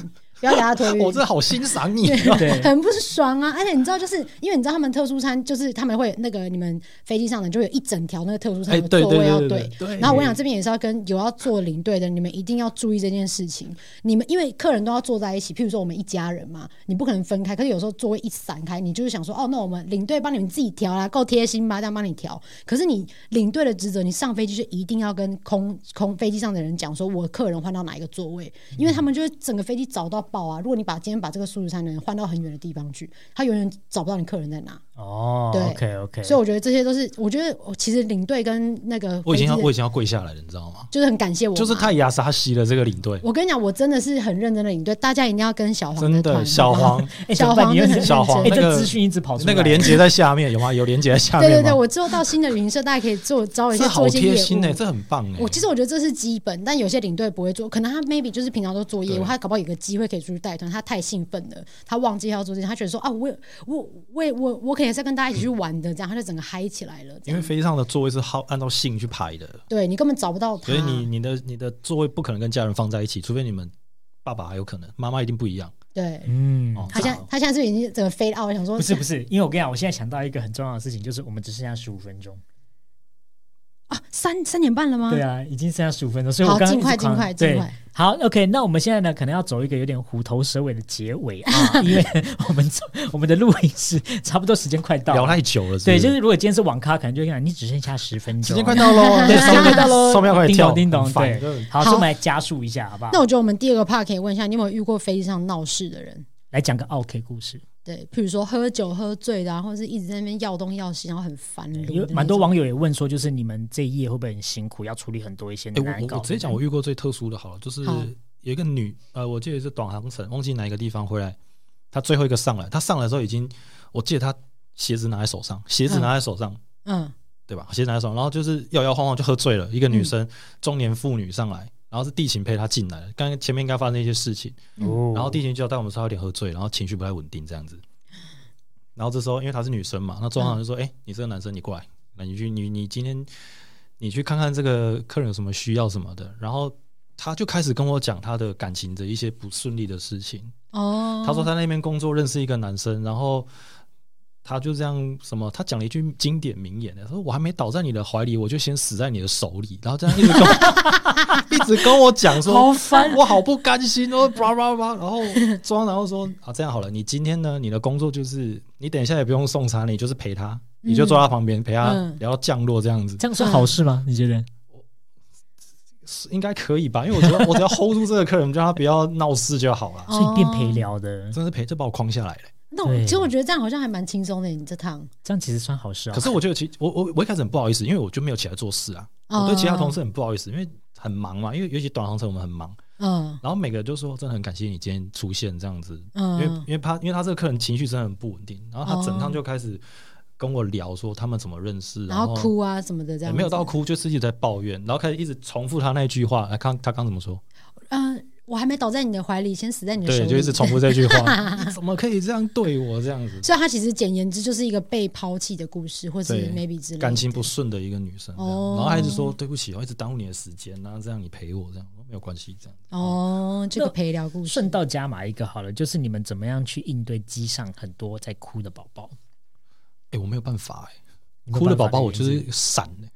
不要给他托运。
我真的哦好欣赏你啊。
对
很不爽啊！而且你知道，就是因为你知道他们特殊餐，就是他们会那个你们飞机上的就有一整条那个特殊餐
哎
的
对
座位
对
要
对对
对
对对。
然后我想这边也是要跟有要做领队的，你们一定要注意这件事情。你们因为客人都要坐在一起，譬如说我们一家人嘛，你不可能分开。可是有时候座位一散开，你就是想说，哦，那我们领队帮你们自己调啦，够贴心吧？这样帮你调。可是你领队的职责，你上飞机就一定要跟空空飞机上的人讲，说我客人换到哪一个座位，因为他们就会整个飞机找到爆啊。如果你把今天把这个素食餐的人换到很远的地方去，他永远找不到你客人在哪。
哦
对
，OK OK，
所以我觉得这些都是，我觉得我其实领队跟那个飞
我已
机
经要
的
我已经要跪下来了，你知道吗？
就是很感谢我妈，
就是太亚沙西了这个领队，
我跟你讲，我真的是很认真的领队，大家一定要跟小黄
真
的
的
团
小黄
哎怎
小
么办
黄
你又
真的很
是
认
小黄
哎，
真哎
那个
这资讯一直跑出来，
那个连接在下面有吗？有连接哎在下
对对
面
对，
吗？
我之后到新的旅行社，大家可以做找我一
这
些
好
做一些业
贴心哎，
务。
这很棒哎
我。其实我觉得这是基本，但有些领队不会做，可能他 maybe 就是平常都做业务，
对
他搞不好有个机会可以出去带团，他太兴奋了，他忘记要做这件，他觉得说啊，我我我我我可以是要跟大家一起去玩的，这样他就整个嗨起来了。这
因为
样
飞机上的座位是好按照姓去排的，
对你根本找不到他
所以，你你的你的座位不可能跟家人放在一起，除非你们爸爸还有可能，妈妈一定不一样。
对
嗯
哦，
他现在他现在是不是已经整个飞 out，想说
不是不是，因为我跟你讲，我现在想到一个很重要的事情，就是我们只剩下十五分钟。
啊，三三点半了吗？
对啊，已经剩下十五分钟，所以
嗯好
我刚刚
尽快
一直狂
尽快
对
尽快
好，OK，那我们现在呢，可能要走一个有点虎头蛇尾的结尾 啊，因为我们走我们的录音是差不多时间快到
聊
了。
太久了，
对，就是是如果今天是网咖，可能就会讲你只剩下十分钟，啊
时间快到喽，
对，时间快到
喽，
喽，
上面快
叮
跳，
咚叮咚，
很烦嗯
对
真的，
好，
好
所以我们来加速一下，好不好
那？我觉得我们第二个 part 可以问一下，你有没有遇过飞机上闹事的人？
来讲个 OK 故事，
对，譬如说喝酒喝醉的、啊，或者是一直在那边要东要西，然后很
哎
烦人的那种。
有蛮多网友也问说，就是你们这一页会不会很辛苦，要处理很多一些
哎、
难
我
搞的
我我直接讲，我遇过最特殊的好了，就是
好
有一个女，呃，我记得是短航程，忘记哪一个地方回来，她最后一个上来，她上来的时候已经，我记得她鞋子拿在手上，鞋子拿在手上，
嗯，
对吧？鞋子拿在手上，然后就是摇摇晃晃就喝醉了，一个女生，中年妇女上来，然后是地勤陪她进来的，刚刚前面应该发生一些事情，
哦
然后地勤就交代我们说她有点喝醉，然后情绪不太稳定这样子，然后这时候因为她是女生嘛，那中航就说，哎、你是个男生，你过来，那你去你你今天你去看看这个客人有什么需要什么的，然后。她就开始跟我讲她的感情的一些不顺利的事情。
哦，
她说她那边工作认识一个男生，然后她就这样什么，她讲了一句经典名言，她说：“我还没倒在你的怀里，我就先死在你的手里。”然后这样一直跟我 一直跟我讲说，
好烦，
我好不甘心哦，叭叭叭，然后装，然后说啊，这样好了，你今天呢，你的工作就是你等一下也不用送餐，你就是陪他，你就坐他旁边陪他
嗯
聊到降落这样子，
这样算好事吗？你觉得？
是应该可以吧？因为我只要我只要 hold 住这个客人，让他不要闹事就好了。
所以变陪聊的，
真是陪，这把我框下来了。
那我
对
其实我觉得这样好像还蛮轻松的，你这趟。
这样其实算好事啊。
可是我觉得其我我我一开始很不好意思，因为我就没有起来做事啊，我对其他同事很不好意思，因为很忙嘛，因为尤其短航程我们很忙，
嗯，
然后每个就说真的很感谢你今天出现这样子，因
嗯
为
嗯
因，为他因为他这个客人情绪真的很不稳定，然后他整趟就开始跟我聊说他们怎么认识，
然
后
后哭啊什么的，这
也
样
没有到
子。
哭，就是一直在抱怨，然后开始一直重复他那句话，哎，看他刚怎么说，
嗯，我还没倒在你的怀里，先死在你的手
对，
里。
就一直重复这句话， 你怎么可以这样对我这样子？
所以他其实简言之就是一个被抛弃的故事，或是
对
maybe 之类的
感情不顺的一个女生这样，
哦
然后还一直说对不起，我一直耽误你的时间啊，这样你陪我这样，我说没有关系这样。
哦，这个陪聊故事
顺道加码一个好了，就是你们怎么样去应对机上很多在哭的宝宝？
哎，我没有办法哎，
你没有
哭的
办法
宝宝
的
我就
原
是闪哎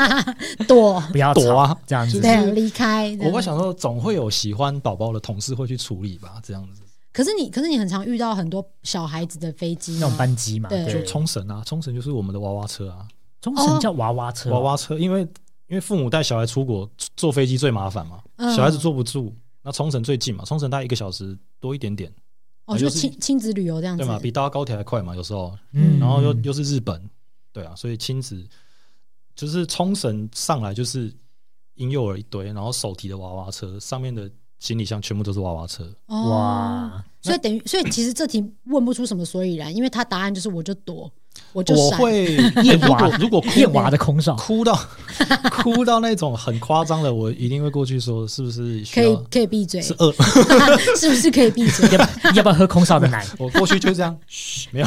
躲，
不要
躲啊
吵这样子。
对，离开。这
我
样
会想说总会有喜欢宝宝的同事会去处理吧，这样子。
可是你，可是你很常遇到很多小孩子的飞机吗
那种班机嘛，
对
对，
冲绳啊，冲绳就是我们的娃娃车啊，
中神叫娃娃车，
娃娃车，因为因为父母带小孩出国坐飞机最麻烦嘛，
嗯
小孩子坐不住，那冲绳最近嘛，冲绳大概一个小时多一点点，
哦，
就
就是亲亲子旅游这样子
对，嘛，比搭高铁还快嘛，有时候，
嗯，
然后又又是日本，对啊，所以亲子就是冲绳上来就是婴幼儿一堆，然后手提的娃娃车，上面的行李箱全部都是娃娃车，
哦
哇，
所以等于，所以其实这题问不出什么所以然，因为他答案就是我就躲，我就
我
闪。
会
燕
如
娃
果如果哭
燕娃的空 少，
哭到哭到那种很夸张的，我一定会过去说是不是需
可以
要
可以闭嘴，
是
是
饿？
不 是可以闭嘴？
要不要要不要喝空少的奶
我过去就这样，嘘，没有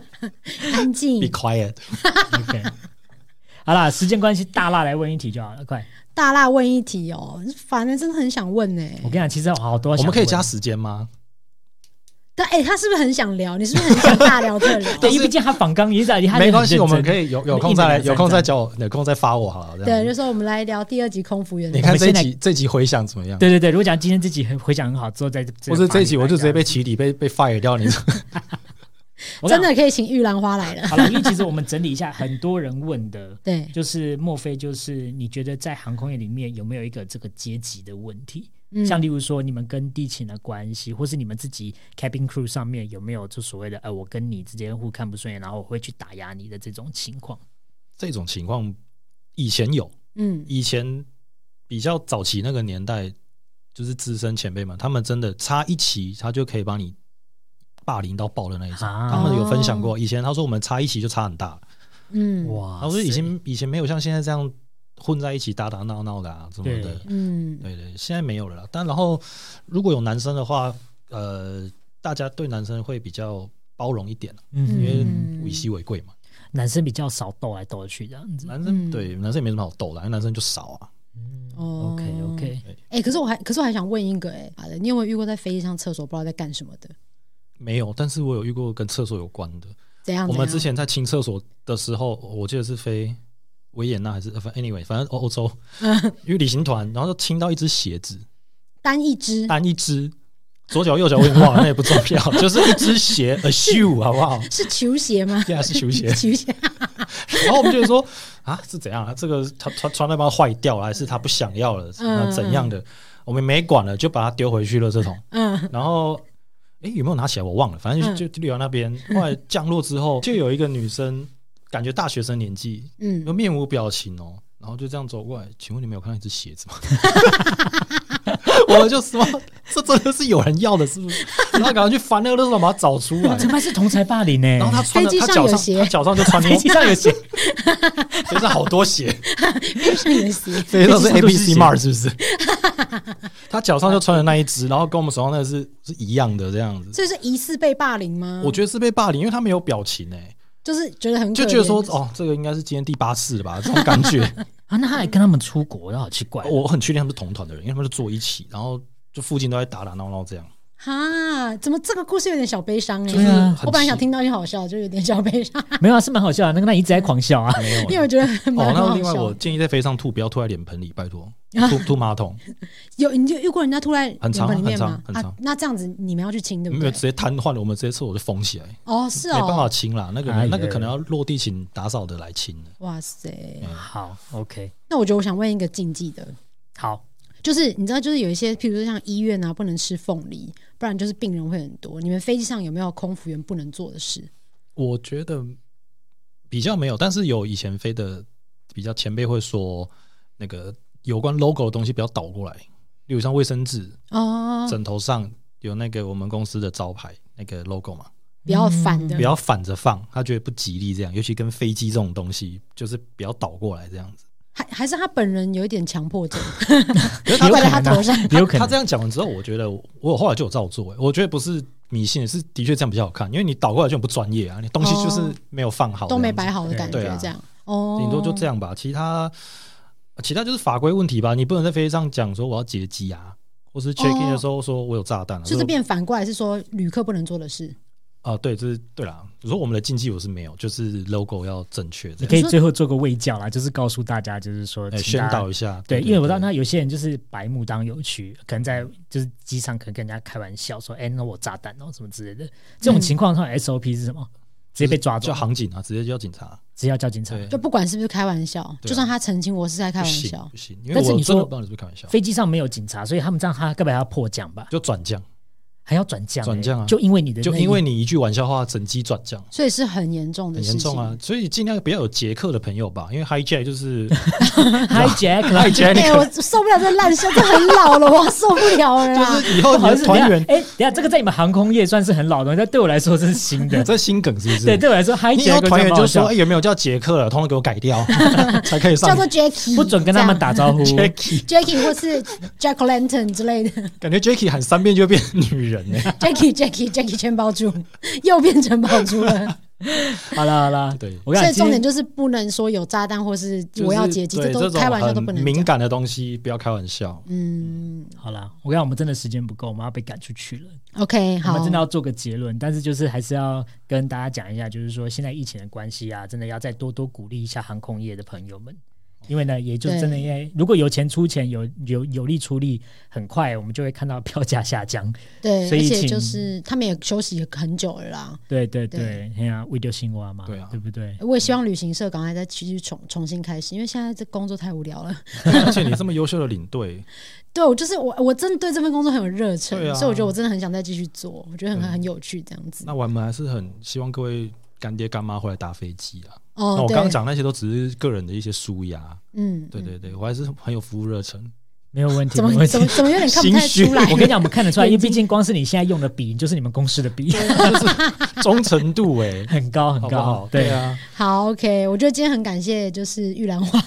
安
，be
静。
quiet。
？OK，好啦，时间关系，大辣来问一题就好了，
哎
快！
大辣问一题哦，反正真的很想问呢、
我跟你讲，其实有好多
我
想
们可以
问哎
加时间吗？
但哎、他是不是很想聊？你是不是很想大聊特聊？
对，因为毕竟他仿刚也在，他
没关系，我们可
以。
以有
我
有
们
空
一
再
人
来，
聊
有
三
空再
张
叫我，有空再发我好了。这样
对，就说我们来聊第二集空服员。
你看
我们
这一
现在
集，这一集回响怎么样？
对对对，如果讲今天这集很回想很好，之后再
不是这一集，我就直接被起底，被被 fire 掉。你
我跟
真
你
的可以请玉兰花来了。
讲好了，因为其实我们整理一下很多人问的，
对，
就是莫非就是你觉得在航空业里面有没有一个这个阶级的问题？
嗯
像例如说你们跟地勤的关系，或是你们自己 cabin crew 上面有没有就所谓的呃，我跟你之间互看不顺眼，然后我会去打压你的这种情况？
这种情况以前有，
嗯
以前比较早期那个年代，就是资深前辈们，他们真的差一期，他就可以把你霸凌到爆的那一种。
啊
他们有分享过，以前他说我们差一期就差很大，
嗯
哇
他说以前以前没有像现在这样混在一起打打闹闹的啊什么的
对。
嗯
对对，现在没有了啦。但然后如果有男生的话，呃，大家对男生会比较包容一点，因
嗯，
为
嗯
物以稀为贵嘛。
男生比较少斗来斗去这样子。
男生、
嗯
对男生也没什么好斗的，因为男生就少啊。
哦
OK OK，
哎、可是我还，可是我还想问一个、哎，好的，你有没有遇过在飞机上厕所不知道在干什么的？
没有，但是我有遇过跟厕所有关的。
怎样？
我们
啊怎样
之前在清厕所的时候，我记得是飞维也纳还是呃反 anyway，反正欧欧 洲，因为旅行团，然后就清到一只鞋子，
单一只
单一只，左脚右脚我也忘了，那也不重 要，就是一只鞋 a shoe 好不好？
是球鞋吗？
现在是 球鞋，
球鞋，
然后我们就说啊，是怎样啊？这个他穿穿那帮坏掉了，还是他不想要
嗯
了？那怎样的？我们没管了，就把它丢回去了这桶。
嗯
然后，诶，有没有拿起来我忘了，反正就就丢到那边。后来降落之后，就有一个女生，感觉大学生年纪，就
嗯，
面无表情哦，然后就这样走过来，请问你们有看到一只鞋子吗？我们就说，这真的是有人要的，是不是？然后赶快去翻那个垃圾桶，把它找出 来。
哦这怕是同才霸凌欸呢、
然后他穿的，
飞机
他
上
脚
有
上，
鞋
他脚上就穿
飞机上有 鞋，
身上好多鞋，
上有鞋，
飞机
飞机
上是
上
A
都
B
是
C
鞋
Mart 是不是？他脚上就穿的那一只，然后跟我们手上那是是一样的这样子。
所以是疑似被霸凌吗？
我觉得是被霸凌，因为他没有表情哎、
就是觉得很可
就
怜
觉得说，哦，这个应该是今天第八次了吧， 这种感觉。
啊，那他还跟他们出国，那好奇怪。
我很确定他们是同团的人，因为他们是坐一起，然后就附近都在打打闹闹这样。
哈，怎么这个故事有点小悲伤哎、
就是啊很
我本来
奇
想听到一些好笑，就有点小悲伤，
没有啊，是蛮好笑的。那个那一直在狂笑啊，
没有、
因为我觉得
哦
蛮，嗯好
那
笑
另外我
的。
建议在飞机上吐，不要吐在脸盆里，拜托，吐吐马桶，
有你就遇过人家突然
很
脸
长
盆里面
很长
吗？
很
啊
长，
那这样子你们要去亲对不
没有
对
直？接瘫痪了，我们直接厕所就封起来，
哦，是
没办法
哦，
清啦。那个
哎呀
那个可能要落地请打扫的来清了。
哇塞！
嗯
好，OK，
那我觉得我想问一个禁忌的，
好，
就是你知道，就是有一些，譬如说像医院啊，不能吃凤梨，不然就是病人会很多。你们飞机上有没有空服员不能做的事？
我觉得比较没有，但是有以前飞的比较前辈会说，那个有关 logo 的东西不要倒过来，例如像卫生纸、
嗯
哦，
枕头上有那个我们公司的招牌那个 logo 嘛，
比较反
嗯
的
不，要反着放，他觉得不吉利这样，尤其跟飞机这种东西，就是不要倒过来这样子。
还还是他本人有一点强迫 症，
有
怪在他
可能
头上。
啊，有可
他这
能。
样讲完之后，我觉得我我后来就有照做、欸，我觉得不是迷信，是的确这样比较好看，因为你倒过来就很不专业啊，你东西就是没有放好，
都没
这样
摆
子
好的感觉
对啊，
这样。哦，
顶多就这样吧。其他其他就是法规问题吧，你不能在飞机上讲说我要劫机啊，或是 check in 的时候说我有炸
哦
弹啊，
所以
这
这变反过来是说旅客不能做的事。
啊，对，这是对啦。你说我们的禁忌我是没有，就是 logo 要正确
你
这样，
可以最后做个卫教啦，就是告诉大家，就是说
哎
请
宣
大家
导一下。
对，因为我知道那有些人就是白目当有趣，可能在就是机场可能跟人家开玩笑说：“哎、那我炸弹哦，什么之类的。”这种情况的话，SOP 是什么？接被抓住
叫，航警啊，直接叫警察。
直接要叫警察。
对，
就不管是不是开玩笑，
对啊
就算他澄清我是在开
不
玩
行
笑，
不行，因为
但是
我
你
真的
说
不知道你是不是开玩笑，
飞机上没有警察，所以他们这样他根本还要迫降吧，
就转降，
还要转降、
转降啊
欸就因为你的
就
那一
因为你一句玩笑话，整机转降。
所以是很严重的
很
事
严
情。
重啊，所以尽量不要有捷克的朋友吧，因为 hijack 就是
hijack 啦
hijack，
哎、我受不了这烂笑，这很老了，我受不了了啦。
就是以后
啊不
你
好意
的
思，等一
团
下，
员
哎、等一下，这个在你们航空业算是很老的，但对我来说这是新的。
这新梗是不是？
对，对我来说
你以后
，hijack
团
蛮
员
好
就说
笑
哎有没有叫杰克了，通通给我 改掉，才可以上
叫。做 Jackie，
不准跟他们打招 呼。
Jacky，
这样 Jackie 或是 Jack Lantern 之类的
感觉 Jacky 喊三遍就变女人呢。
Jackie Jackie Jackie 全包住，又变成包住了。
好了好了，
对
我跟
所
你讲，
以重点
今天
就是不能说有炸弹或是
就是
我要劫机，
对
都
种
开玩笑都不
很
能
敏
讲。
感的东西不要开玩 笑。
嗯
好了，我跟你讲，我们真的时间不够，我们要被赶出去了。
，OK，
我
好
们，真的要做个结论，但是就是还是要跟大家讲一下，就是说现在疫情的关系啊，真的要再多多鼓励一下航空业的朋友们，因为呢，也就真的
对
因为如果有钱出钱，有有有力出力，很快我们就会看到票价下降。
对，
所以
而且
请
就是他们也休息很久了啦。
对对对
对，
哎呀，为丢新蛙嘛，
对啊
对不对？
我也希望旅行社赶快再继续重重新开始，因为现在这工作太无聊了。
而且你这么优秀的领队，
对我就是我，我真的对这份工作很有热忱，
对啊
所以我觉得我真的很想再继续做，我觉得很
嗯
很有趣这样子。
那我们还是很希望各位干爹干妈回来搭飞机啊。那
哦，
我
对
刚刚，讲那些都只是个人的一些舒压，
嗯，
对
嗯
对对，我还是很有服务热忱。
没有问题，
怎
没
么
问题
怎。么怎么有点看不太
心虚
出来？
我跟你讲，我们看得出 来，因为毕竟光是你现在用的笔，就是你们公司的笔，
忠诚度哎、
很高很
好不
高。
好？
对，
啊，
好，OK，我觉得今天很感谢，就是玉兰花，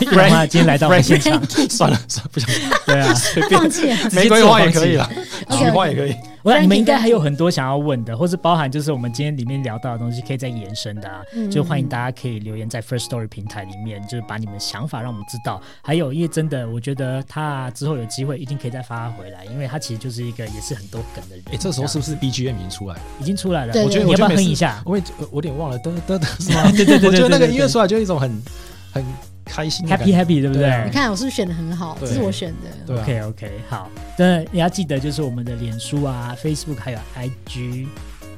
不然的话今天来到我们现场，
算了算了，不想
对啊，
随 便
放，弃了。
玫瑰花也可以啦， 菊花也可以。
我想
Frankie，
你们应该还
Frankie
有很多想要问的，或是包含就是我们今天里面聊到的东西，可以再延伸的啊，
嗯
就欢迎大家可以留言在 First Story 平台里面，就是把你们想法让我们知道。还有，因为真的，我觉得他之后有机会一定可以再发回来，因为他其实就是一个也是很多梗的人。
哎，这时候是不是 BGM 已经出来了？
已经出来了？
对
我觉得
你要
我觉
不
得
要
每
哼
次
一下？
我也呃我有点忘了，噔噔噔是吗？
对对对对
我觉得那
对
个
对
音乐出来就有一种很很开心的感
Happy
觉
Happy，对不
对啊
对
你？看我是不是选的很好？这
对
是我选的。
对啊
OK OK，好，那也要记得就是我们的脸书啊、Facebook 还有 IG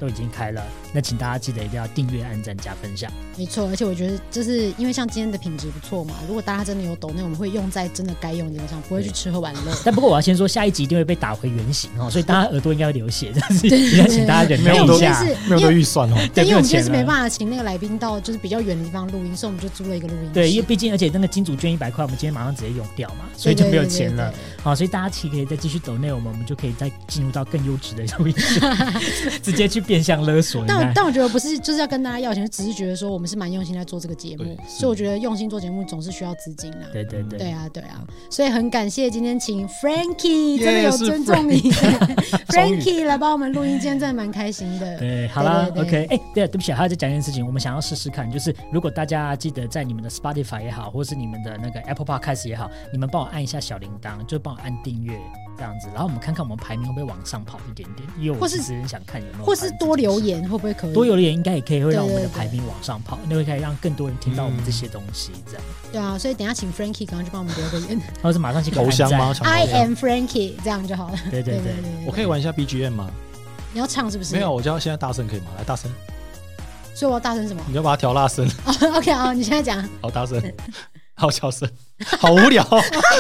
都已经开了，那请大家记得一定要订阅、按赞、加分 享。
没错，而且我觉得就是因为像今天的品质不错嘛，如果大家真的有抖那，我们会用在真的该用的地方上，不会去吃 喝玩乐。
但不过我要先说，下一集一定会被打回原形哦，所以大家耳朵应该会流血， 但是也要请大家忍
没有
耐
都
一下。
是
没有
因
这个
为
预算哦。
对，因为我们今天是
对没有钱了
没办法请那个来宾到就是比较远的地方录音，所以我们就租了一个录音室。
对，因为毕竟而且那个金主捐一百块，我们今天马上直接用掉嘛，所以就没有钱了
对。。对对对对
好，所以大家其实可以再继续抖内我们，我们就可以再进入到更优质的录 音室，直接去变相勒索。你
但我
看
但我觉得不是，就是要跟大家要钱，只是觉得说我们是蛮用心在做这个节目
对，是
所以我觉得用心做节目总是需要资金啦。
对对
对
对，
啊，对啊，所以很感谢今天请 Frankie，
Yeah，
真的有
是
尊重你
终于
，Frankie 来帮我们录音，今天真的蛮开心的。
对，好啦
呃对对对
，OK，哎，对了，对不起，还要再讲一件事情，我们想要试试看，就是如果大家记得在你们的 Spotify 也好，或是你们的那个 Apple Podcast 也好，你们帮我按一下小铃铛，就帮我按订阅这样子，然后我们看看我们排名会不会往上跑一点点，因为我
或是
其实很想看有没有，
或是多留。言会不会可以？
多留言应该也可以会让我们的
对对对
排名往上跑，那会可以让更多人听到我们
嗯
这些东西，这样，
对啊，所以等一下请 Frankie 赶快去帮我们留个言
或者马上去给我
头
按
香
赞
吗？？想
，I
头香
am Frankie，这样就好了。
对对
对对
对，
对，
我可以玩一下 BGM 吗？
你要唱是不是？
没有，，我叫现在大声可以吗？来大声，
所以我要大声什么
你要把它调 大声，
？OK 啊，你现在讲。
好大声，好小声，好无 聊。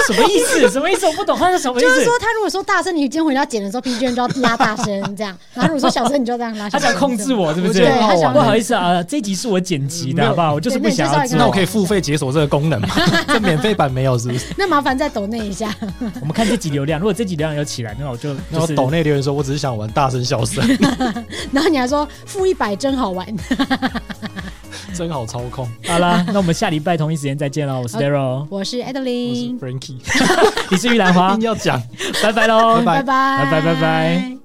什么意思？什么意思？我不懂他是什么意
就是
思
说，。他如果说大声，你今天回家剪的时候，BGM 就要拉大声这样；然后如果说小声，你就这样拉
他
小声。
想控制我，是不是？
对他想
不好意思啊，这集是我剪辑的，好不好？我就是不想要知
对
那
道
我可以付费解锁这个 功能吗？这免费版没有是不是？
那麻烦再抖那一下。
我们看这集流量，如果这集流量有起来，那我就
然
就
后
是
抖内留言说，我只是想玩大声小声，
然后你还说负一百真好玩。
真好操控。
好啦，那我们下礼拜同一时间再见喽。我是 Daryl，
我是
我是
Adeline，
Frankie，
你是玉兰花
硬，要讲。
拜拜喽，
拜
拜
拜
拜拜拜拜。